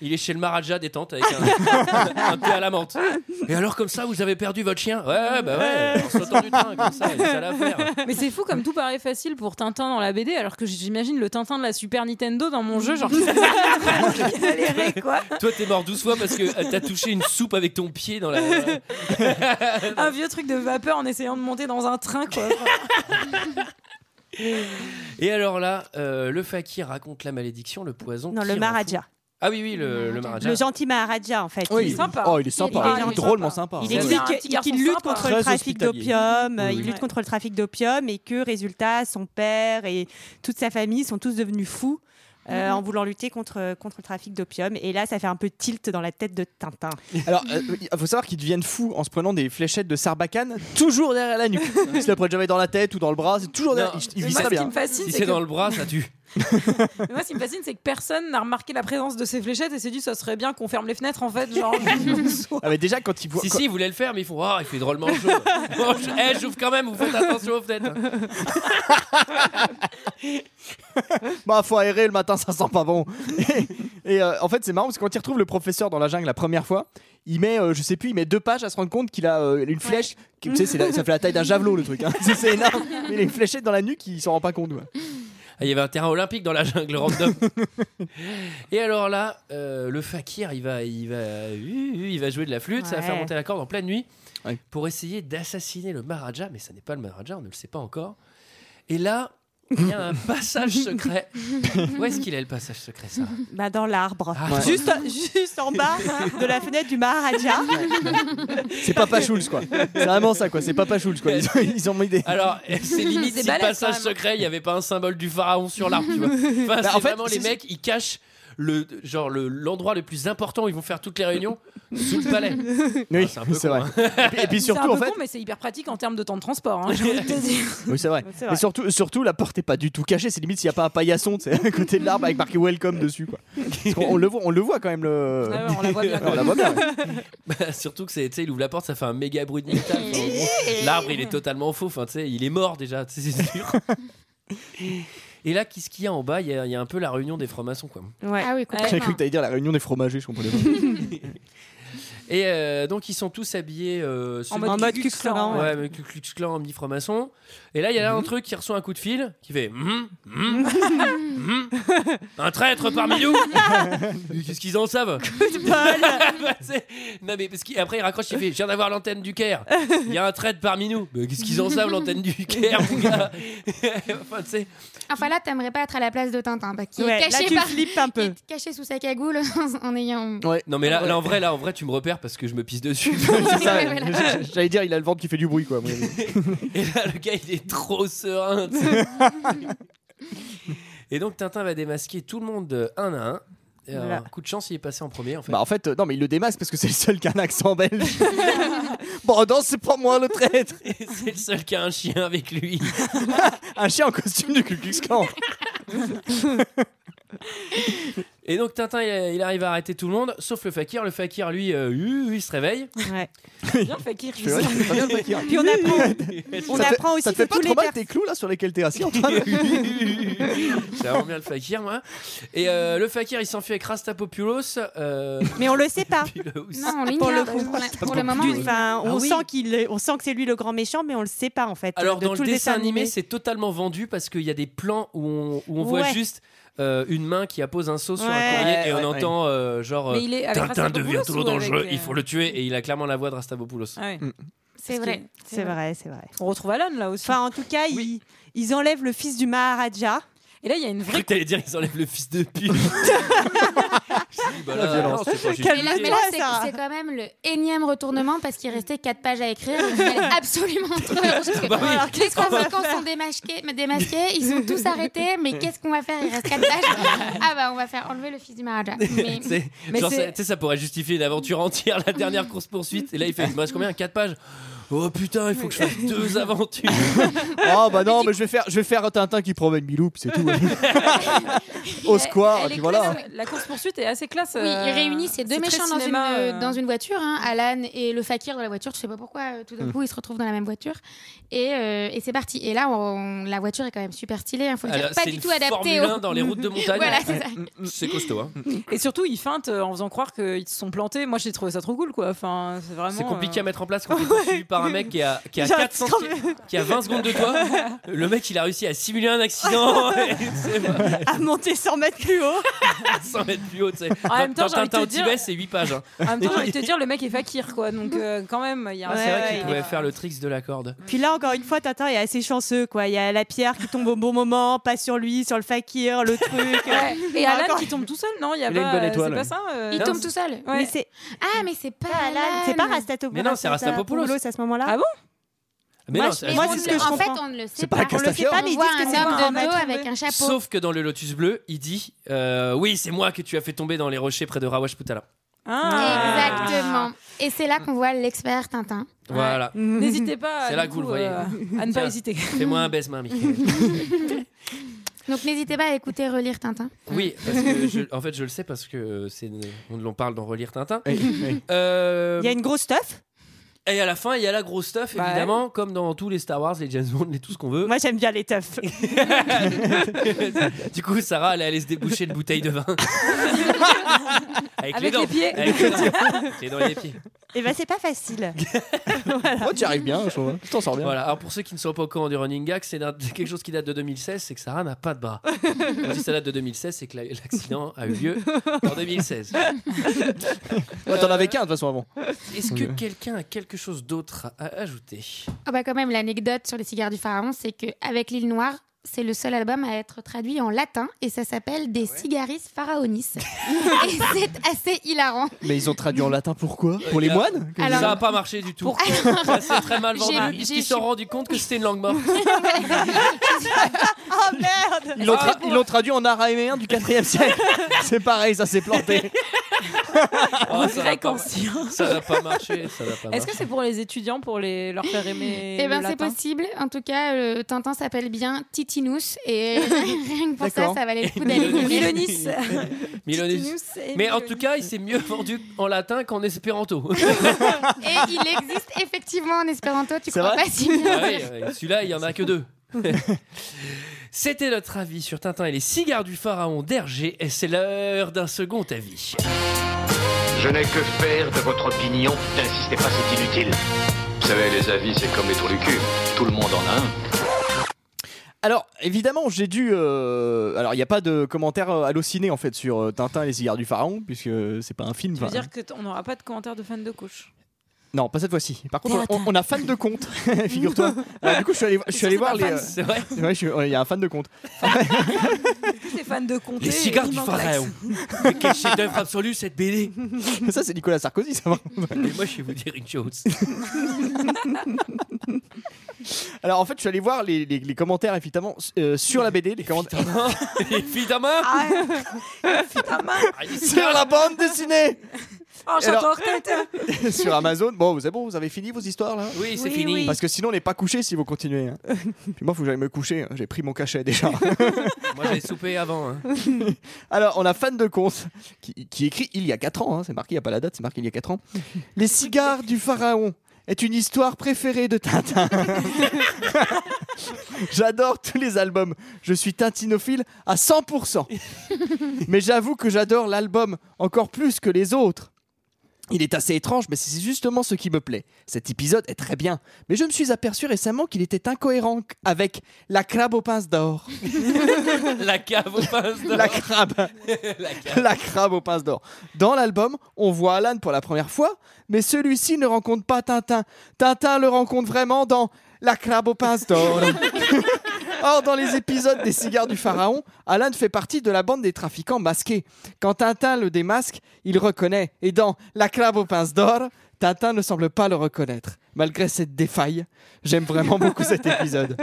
il est chez le Maharaja détente avec un, un thé à la menthe. Et alors comme ça, vous avez perdu votre chien Ouais, bah ouais, en sautant du train comme ça, il y a ça à faire. Mais c'est fou comme tout paraît facile pour Tintin dans la BD, alors que j'imagine le Tintin de la Super Nintendo dans mon jeu, genre. Toi t'es mort 12 fois parce que euh, t'as touché une soupe avec ton pied dans la. un vieux truc de vapeur en essayant de monter dans un train, quoi. Et alors là, euh, le fakir raconte la malédiction, le poison. Non, qui le rend Maharaja. Ah oui, oui, le, le Maharaja. Le gentil Maharaja, en fait. Oui, il est sympa. Oh, il est sympa. Il est gentil. drôlement sympa. Il Ouais. explique Un qu'il- petit qu'il garçon lutte sympa. contre le Très trafic hospitalier. d'opium. euh, Oui, Il oui. lutte contre le trafic d'opium et que, résultat, son père et toute sa famille sont tous devenus fous. euh, Mm-hmm. Mhm. En voulant lutter contre, contre le trafic d'opium. Et là, ça fait un peu tilt dans la tête de Tintin. Alors, euh, il faut savoir qu'ils deviennent fous en se prenant des fléchettes de sarbacane toujours derrière la nuque. Ils se la prennent jamais dans la tête ou dans le bras, c'est toujours derrière. Ils, ils Mais vivent moi, ça ce qui bien. me fascine, Si c'est c'est que- dans le bras, ça tue. Mais moi, ce qui me fascine, c'est que personne n'a remarqué la présence de ces fléchettes et s'est dit Ça serait bien qu'on ferme les fenêtres, en fait. Genre, Ah, mais déjà, quand ils voient. Si, quand- si, ils voulaient le faire, mais ils font Ah, il fait drôlement chaud. bon, je- eh, j'ouvre quand même, vous faites attention aux fenêtres. hein. Bah, faut aérer le matin, ça sent pas bon. Et, et, euh, en fait, c'est marrant parce que quand il retrouve le professeur dans la jungle la première fois, il met, euh, je sais plus, il met deux pages à se rendre compte qu'il a euh, une flèche. qui- tu sais, c'est la- ça fait la taille d'un javelot le truc. hein. C'est- C'est énorme. Mais Il a une fléchette dans la nuque, il s'en rend pas compte. ouais. Ah, il y avait un terrain olympique dans la jungle random. Et alors là, euh, le fakir, il va, il, va, il va jouer de la flûte, ça va Ouais. faire monter la corde en pleine nuit pour essayer d'assassiner le Maharaja, mais ça n'est pas le Maharaja, on ne le sait pas encore. Et là, il y a un passage secret. Où est-ce qu'il est le passage secret, ça Bah, dans l'arbre. Ah, Ouais. Juste, juste en bas de la fenêtre du Maharaja. C'est Papa Schulz quoi. C'est vraiment ça quoi. C'est Papa Schulz quoi. Ils ont, ils ont mis des. Alors, c'est limite C'est si balèze, passage quand même. secret, il n'y avait pas un symbole du pharaon sur l'arbre, tu vois. Enfin, Bah, c'est en fait, vraiment les c'est- mecs, ils cachent le genre le- l'endroit le plus important où ils vont faire toutes les réunions sous le palais. Oui, c'est vrai. Et puis, et puis c'est un surtout peu en fait. con, mais c'est hyper pratique en termes de temps de transport. hein, j'ai envie de te dire. Oui, c'est vrai. C'est vrai. Mais surtout, surtout, la porte est pas du tout cachée. C'est limite s'il n'y a pas un paillasson tu sais, à côté de l'arbre avec marqué Welcome dessus. Quoi. Parce qu'on- on, le voit, on le voit quand même. Le... Ah ouais, on la voit bien, on la voit bien, ouais. Bah, surtout que c'est, tu sais, il ouvre la porte, ça fait un méga bruit de nickel. Enfin, bon, L'arbre, il est totalement faux. Enfin, tu sais, il est mort déjà, tu sais, c'est sûr. Et là, qu'est-ce qu'il y a en bas Il y, a- il y a un peu la réunion des francs-maçons, quoi. Ah oui, J'ai complètement. cru que t'allais dire la réunion des fromagers, je comprenais pas. Et euh, donc ils sont tous habillés euh, En mode En mode Ku Klux Klan, Klan, ouais. ouais, mode Ku Klux Klan, mi-franc-maçon. Et là il y a là un truc qui reçoit un coup de fil, qui fait. Mhm, mhm. Hmm Un traître parmi nous Mais Qu'est-ce qu'ils en savent Bah, c'est- Non mais parce qu'après il raccroche, il fait, je viens d'avoir l'antenne du Caire. Il y a un traître parmi nous. Mais Qu'est-ce qu'ils en savent l'antenne du Caire mon gars Enfin, tu sais. Enfin là, t'aimerais pas être à la place de Tintin, bah, qui Ouais, est là, caché tu par- flippes un peu. caché sous sa cagoule en ayant. Non mais Ah, là, là, en vrai, là en vrai, tu me repères parce que je me pisse dessus. C'est ça, Ouais, voilà. j- j- J'allais dire, il a le ventre qui fait du bruit, quoi. à mon avis. Et là, le gars, il est trop serein. tu sais. Et donc, Tintin va démasquer tout le monde euh, un à un. Et alors, Voilà. coup de chance, il est passé en premier. En fait. Bah en fait, euh, non mais il le démasque parce que c'est le seul qui a un accent belge. bon non, c'est pas moi le traître. C'est le seul qui a un chien avec lui. un chien en costume du Ku Klux Klan. Et donc, Tintin, il, il arrive à arrêter tout le monde, sauf le fakir. Le fakir, lui, euh, hu, hu, il se réveille. Ouais. Bien fakir. Je fais, ouais, c'est pas bien le fakir. Puis on apprend, on Ça te fait- apprend aussi Ça te fait que pas tous trop les mal tes clous là sur lesquels t'es assis Antoine J'ai vraiment bien le fakir, moi. Et euh, le fakir, il s'enfuit avec Rastapopoulos. euh, Mais on le sait pas. Non, on Pour le, l'ignore. coup. Pour la- pour le moment, oui. Enfin, on Ah oui. sent qu'il, est- on sent que c'est lui le grand méchant, mais on le sait pas en fait. Alors de dans tout le dessin animé, c'est totalement vendu parce qu'il y a des plans où on, où on voit Ouais. juste euh, une main qui appose un seau sur Ouais. un courrier et on Ouais, ouais, entend euh, genre Mais il est avec Tintin Rastapopoulos devient trop ou avec, dangereux, euh, il faut le tuer et il a clairement la voix de Rastapopoulos. Ah ouais. C'est Parce vrai. C'est vrai, c'est vrai. On retrouve Alan là aussi. Enfin, en tout cas, ils, ils enlèvent le fils du Maharaja. Et là, il y a une Je croyais vraie. que t'allais dire ils enlèvent le fils de pute. bah La violence. Mais là, mais là, c'est c'est quand même le énième retournement parce qu'il restait 4 pages à écrire. Il fallait absolument trouver autre chose que- Bah oui. Alors, Les conséquences sont démasquées, mais démasquées, ils sont tous arrêtés, mais qu'est-ce qu'on va faire Il reste 4 pages. Ah bah, on va faire enlever le fils du Maharaja. Mais- Mais Genre, c'est- ça- tu sais, ça pourrait justifier une aventure entière, la dernière course-poursuite. Et là, il fait, il me reste combien 4 pages Oh putain, il faut que je fasse deux aventures. Oh bah non, mais je vais faire, je vais faire Tintin qui promène Milou, puis c'est tout. Au square, et Elle puis est voilà. classe, ouais. La course poursuite est assez classe. euh, Oui, euh, il réunit ces deux méchants dans, une, euh, dans une voiture, hein, Alan et le fakir dans la voiture. Je sais pas pourquoi, euh, tout d'un Mm. Hmm. coup, ils se retrouvent dans la même voiture. Et, euh, et c'est parti. Et là, on- la voiture est quand même super stylée, il faut le Alors, dire, pas c'est du une tout adaptée. Formule 1 dans les routes de montagne. Voilà, c'est ça. C'est costaud, hein. Et surtout, ils feintent euh, en faisant croire qu'ils se sont plantés. Moi, j'ai trouvé ça trop cool, quoi. Enfin, c'est vraiment. C'est compliqué euh, à mettre en place quand t'es poursuivi par un mec qui a, qui a, 400 qui a 20 secondes de toi. Le mec, il a réussi à simuler un accident et c'est pas- à monter 100 mètres plus haut. à 100 mètres plus haut. tu sais. En même temps, Dans- dans j'ai envie de Tintin te au dire- Tibet, c'est 8 pages. hein. En même temps, j'ai envie de te dire, le mec est fakir, quoi. Donc, euh, quand même, il y a un. Ah, c'est Ouais, vrai ouais, qu'il pouvait faire le tricks de la corde. Puis là, encore une fois, Tintin est assez chanceux. quoi. Il y a la pierre qui tombe au bon moment, pas sur lui, sur le fakir, le truc. Ouais. Et Ah, Alan encore- qui tombe tout seul, non Il y a Il a une pas. bonne euh, étoile. C'est pas ça euh, Il Non, tombe c'est- tout seul. Ouais. Mais c'est Ah, mais c'est pas Alan. c'est pas Rastatopo- Mais non, c'est Rastapopoulos Rastapopoulos. à ce moment-là. Ah bon Mais Moi, non, je- Euh, c'est- moi, On c'est ce le- que je En fait, comprends. on ne le sait C'est pas un On le sait pas, mais ils voit disent que c'est un pour en homme de dos mettre avec un chapeau. Sauf que dans le Lotus Bleu, il dit euh, Oui, c'est moi que tu as fait tomber dans les rochers près de Rawashputala. Ah. Exactement. Et c'est là qu'on voit l'expert Tintin. Voilà. Mm. N'hésitez pas. C'est Ah, du là que vous coup, le voyez. euh, à ne pas Tiens. hésiter. Fais-moi un baise-main, Mickey. Donc n'hésitez pas à écouter et relire Tintin. Oui, parce que je- en fait, je le sais parce que c'est, on l'en parle dans Relire Tintin. Eh, eh. Euh, Il y a une grosse stuff. Et à la fin, il y a la grosse stuff, Bah ouais. évidemment, comme dans tous les Star Wars, les James Bond, les tout ce qu'on veut. Moi, j'aime bien les teufs. du coup, Sarah, elle allait se déboucher une bouteille de vin. Avec, Avec les pieds. Avec les dents. Les dents et les pieds. Et ben, c'est pas facile. Moi, tu arrives bien, je trouve. hein. Je t'en sors bien. Voilà. Alors, pour ceux qui ne sont pas au courant du running gag, c'est d'un- quelque chose qui date de 2016, c'est que Sarah n'a pas de bras. Quand si ça date de 2016, c'est que la- l'accident a eu lieu en 2016. Ouais, T'en avais qu'un de toute façon avant. Est-ce que quelqu'un a quelque chose d'autre à ajouter Ah bah quand même, l'anecdote sur les cigares du pharaon, c'est que avec l'île noire, c'est le seul album à être traduit en latin et ça s'appelle Ah Des cigaris pharaonis. et c'est assez hilarant. Mais ils ont traduit en latin pourquoi Pour les les gars. moines Alors- Ça n'a pas marché du tout. Ça s'est très mal vendu. J'ai- Ils se j'ai- sont rendus compte que c'était une langue morte. Oh merde Ils l'ont tra- ils l'ont traduit en araméen du 4ème siècle. C'est pareil, ça s'est planté. Oh, ça n'a Grec pas, ancien. ça n'a pas marché. Ça n'a pas Est-ce marché. que c'est pour les étudiants, pour les... leur faire aimer Eh le ben c'est latin possible. En tout cas, euh, Tintin s'appelle bien Titinous et rien que pour ça, D'accord. ça valait le coup d'aller lire. Milonis. Milonis. Titinus et Mais en Milonis. tout cas, il s'est mieux vendu en latin qu'en espéranto. Et il existe effectivement en espéranto, tu C'est crois vrai pas si Ah bien. oui, euh, Celui-là, il n'y en a que deux. C'était notre avis sur Tintin et les cigares du pharaon d'Hergé, et c'est l'heure d'un second avis. Je n'ai que faire de votre opinion. N'insistez pas, c'est inutile. Vous savez, les avis, c'est comme les trous du cul. Tout le monde en a un. Alors, évidemment, j'ai dû. euh, Alors, il n'y a pas de commentaire euh, halluciné en fait sur euh, Tintin et les cigares du pharaon, puisque euh, c'est pas un film. Tu veux enfin, dire qu'on n'aura pas de commentaires de fans de couche Non, pas cette fois-ci. Par contre, on, on a fan de compte, figure-toi. Alors, du coup, je suis allé, je suis allé voir les. pas fan, euh, c'est vrai c'est je suis- ouais, Il y a un fan de compte. Tous les fans de Comté. Les cigares ils du m'intéressent. pharaon. Mais quel chef-d'œuvre absolu cette BD ça, c'est Nicolas Sarkozy, ça va. Mais moi, je vais vous dire une chose. Alors, en fait, je suis allé voir les, les- les commentaires, évidemment, euh, sur la BD. Les commentaires. évidemment Ah, Sur la bande dessinée Oh, j'adore Alors- tête sur Amazon. Bon, vous êtes bon, vous avez fini vos histoires là Oui, c'est Oui, fini. oui. Parce que sinon, on n'est pas couché si vous continuez. hein. Puis moi, faut que j'aille me coucher. hein. J'ai pris mon cachet déjà. Moi, j'ai soupé avant. hein. Alors, on a fan de compte qui, qui écrit il y a 4 ans. hein. c'est marqué, il n'y a pas la date, c'est marqué il y a 4 ans. Les cigares du pharaon est une histoire préférée de Tintin. J'adore tous les albums. Je suis tintinophile à 100%. Mais j'avoue que j'adore l'album encore plus que les autres. Il est assez étrange, mais c'est justement ce qui me plaît. Cet épisode est très bien, mais je me suis aperçu récemment qu'il était incohérent avec La crabe aux pinces d'or. La cave aux pinces d'or. La crabe. La cave. La crabe aux pinces d'or. Dans l'album, on voit Alan pour la première fois, mais celui-ci ne rencontre pas Tintin. Tintin le rencontre vraiment dans La crabe aux pinces d'or. Or, dans les épisodes des cigares du pharaon, Alan fait partie de la bande des trafiquants masqués. Quand Tintin le démasque, il reconnaît. Et dans La crabe aux pinces d'or, Tintin ne semble pas le reconnaître. Malgré cette défaille, j'aime vraiment beaucoup cet épisode.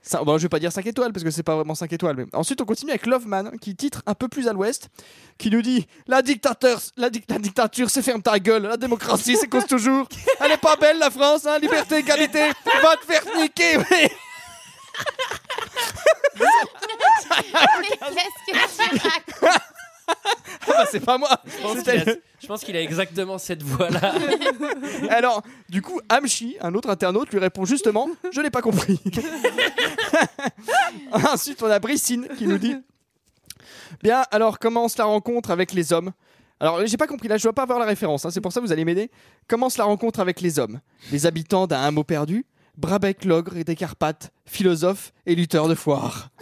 Ça, bon, je vais pas dire 5 étoiles parce que c'est pas vraiment 5 étoiles. Mais... Ensuite, on continue avec Loveman qui titre un peu plus à l'ouest, qui nous dit La, dictateur, la, dic- la dictature, c'est ferme ta gueule, la démocratie, c'est cause toujours. Elle est pas belle la France, hein, liberté, égalité, va te faire niquer. oui. Qu'est-ce que tu racontes Ah bah, c'est pas moi. Je pense C'était qu'il a- je pense qu'il a exactement cette voix-là. le- Alors, du coup, Amchi, un autre internaute, lui répond justement Je n'ai pas compris. Ensuite, on a Brissine qui nous dit Bien, alors commence la rencontre avec les hommes. Alors, j'ai pas compris, là je dois pas avoir la référence, hein, c'est pour ça que vous allez m'aider. Commence la rencontre avec les hommes, les habitants d'un hameau perdu, Brabec, l'ogre et des Carpates, philosophes et lutteurs de foire.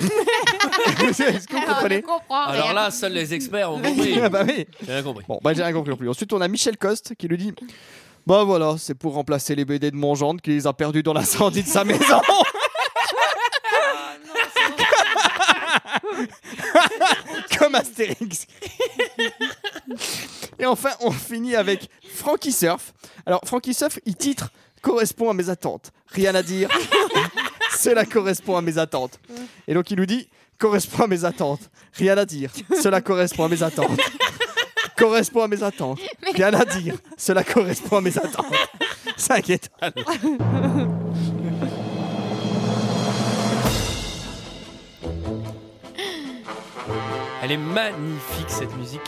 Est-ce que vous Ah, comprenez Alors là, seuls les experts ont compris. Ah bah oui. J'ai rien compris. Bon, bah j'ai rien compris non plus. Ensuite, on a Michel Coste qui lui dit Bah voilà, c'est pour remplacer les BD de mon gendre qui les a perdus dans l'incendie de sa maison. Comme Astérix. Et enfin, on finit avec Frankie Surf. Alors, Frankie Surf, il titre Correspond à mes attentes. Rien à dire. Cela correspond à mes attentes. Et donc, il nous dit Correspond à mes attentes. Rien à dire. Cela correspond à mes attentes. Correspond à mes attentes. Mais- Rien à dire. Cela correspond à mes attentes. S'inquiète. Elle est magnifique cette musique.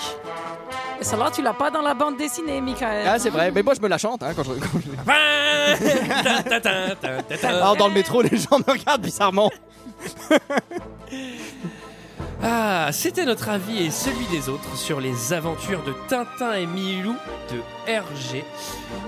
Ça va, tu l'as pas dans la bande dessinée, Michael. Ah, c'est vrai. Mais moi, je me la chante hein, quand je. quand je- Alors, Alors dans le métro, les gens me regardent bizarrement. Ah, c'était notre avis et celui des autres sur les aventures de Tintin et Milou de RG.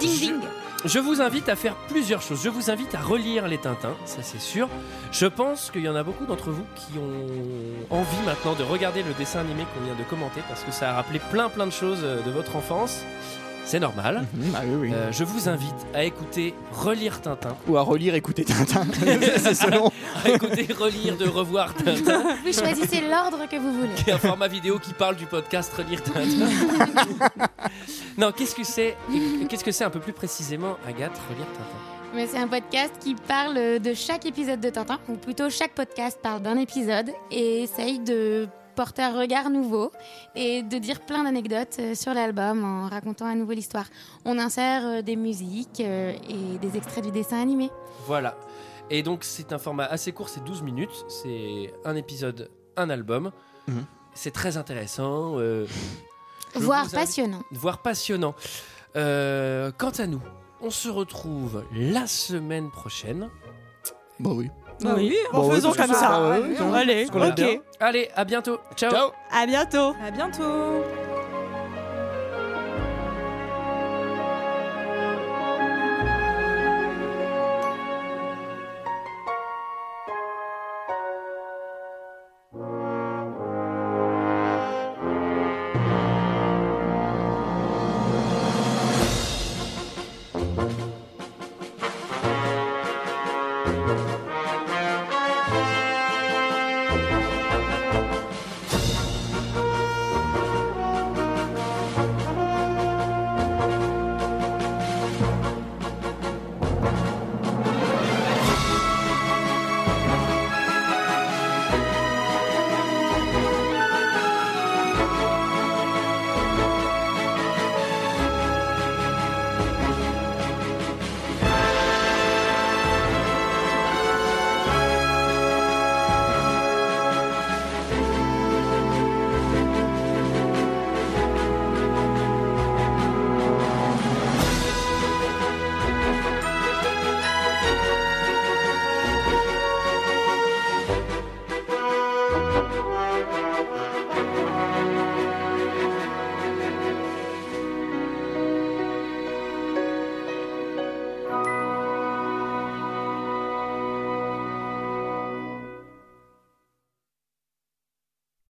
Ding ding. Je vous invite à faire plusieurs choses. Je vous invite à relire les Tintins, ça c'est sûr. Je pense qu'il y en a beaucoup d'entre vous qui ont envie maintenant de regarder le dessin animé qu'on vient de commenter parce que ça a rappelé plein plein de choses euh, de votre enfance. C'est normal. Hmm, bah Euh, je vous invite à écouter, relire Tintin. Ou à relire, écouter Tintin. c'est selon. À écouter, relire, de revoir Tintin. Vous choisissez l'ordre que vous voulez. Il y a un format vidéo qui parle du podcast Relire Tintin. non, qu'est-ce que c'est Qu'est-ce que c'est un peu plus précisément, Agathe, Relire Tintin Mais c'est un podcast qui parle de chaque épisode de Tintin, ou plutôt chaque podcast parle d'un épisode et essaye de porter un regard nouveau et de dire plein d'anecdotes euh, sur l'album en racontant à nouveau l'histoire. On insère euh, des musiques euh, et des extraits du dessin animé. Voilà. Et donc, c'est un format assez court, c'est 12 minutes. C'est un épisode, un album. Mhm. C'est très intéressant. euh, je Voire vous invite- passionnant. Voire passionnant. Euh, quant à nous, on se retrouve la semaine prochaine. Bah oui. Bah oui, Bah en oui, faisons parce que comme ça- ça. Ah ouais, ouais, ouais. Allez, Parce qu'on l'a ok. bien. Allez, à bientôt. Ciao. À bientôt. À bientôt.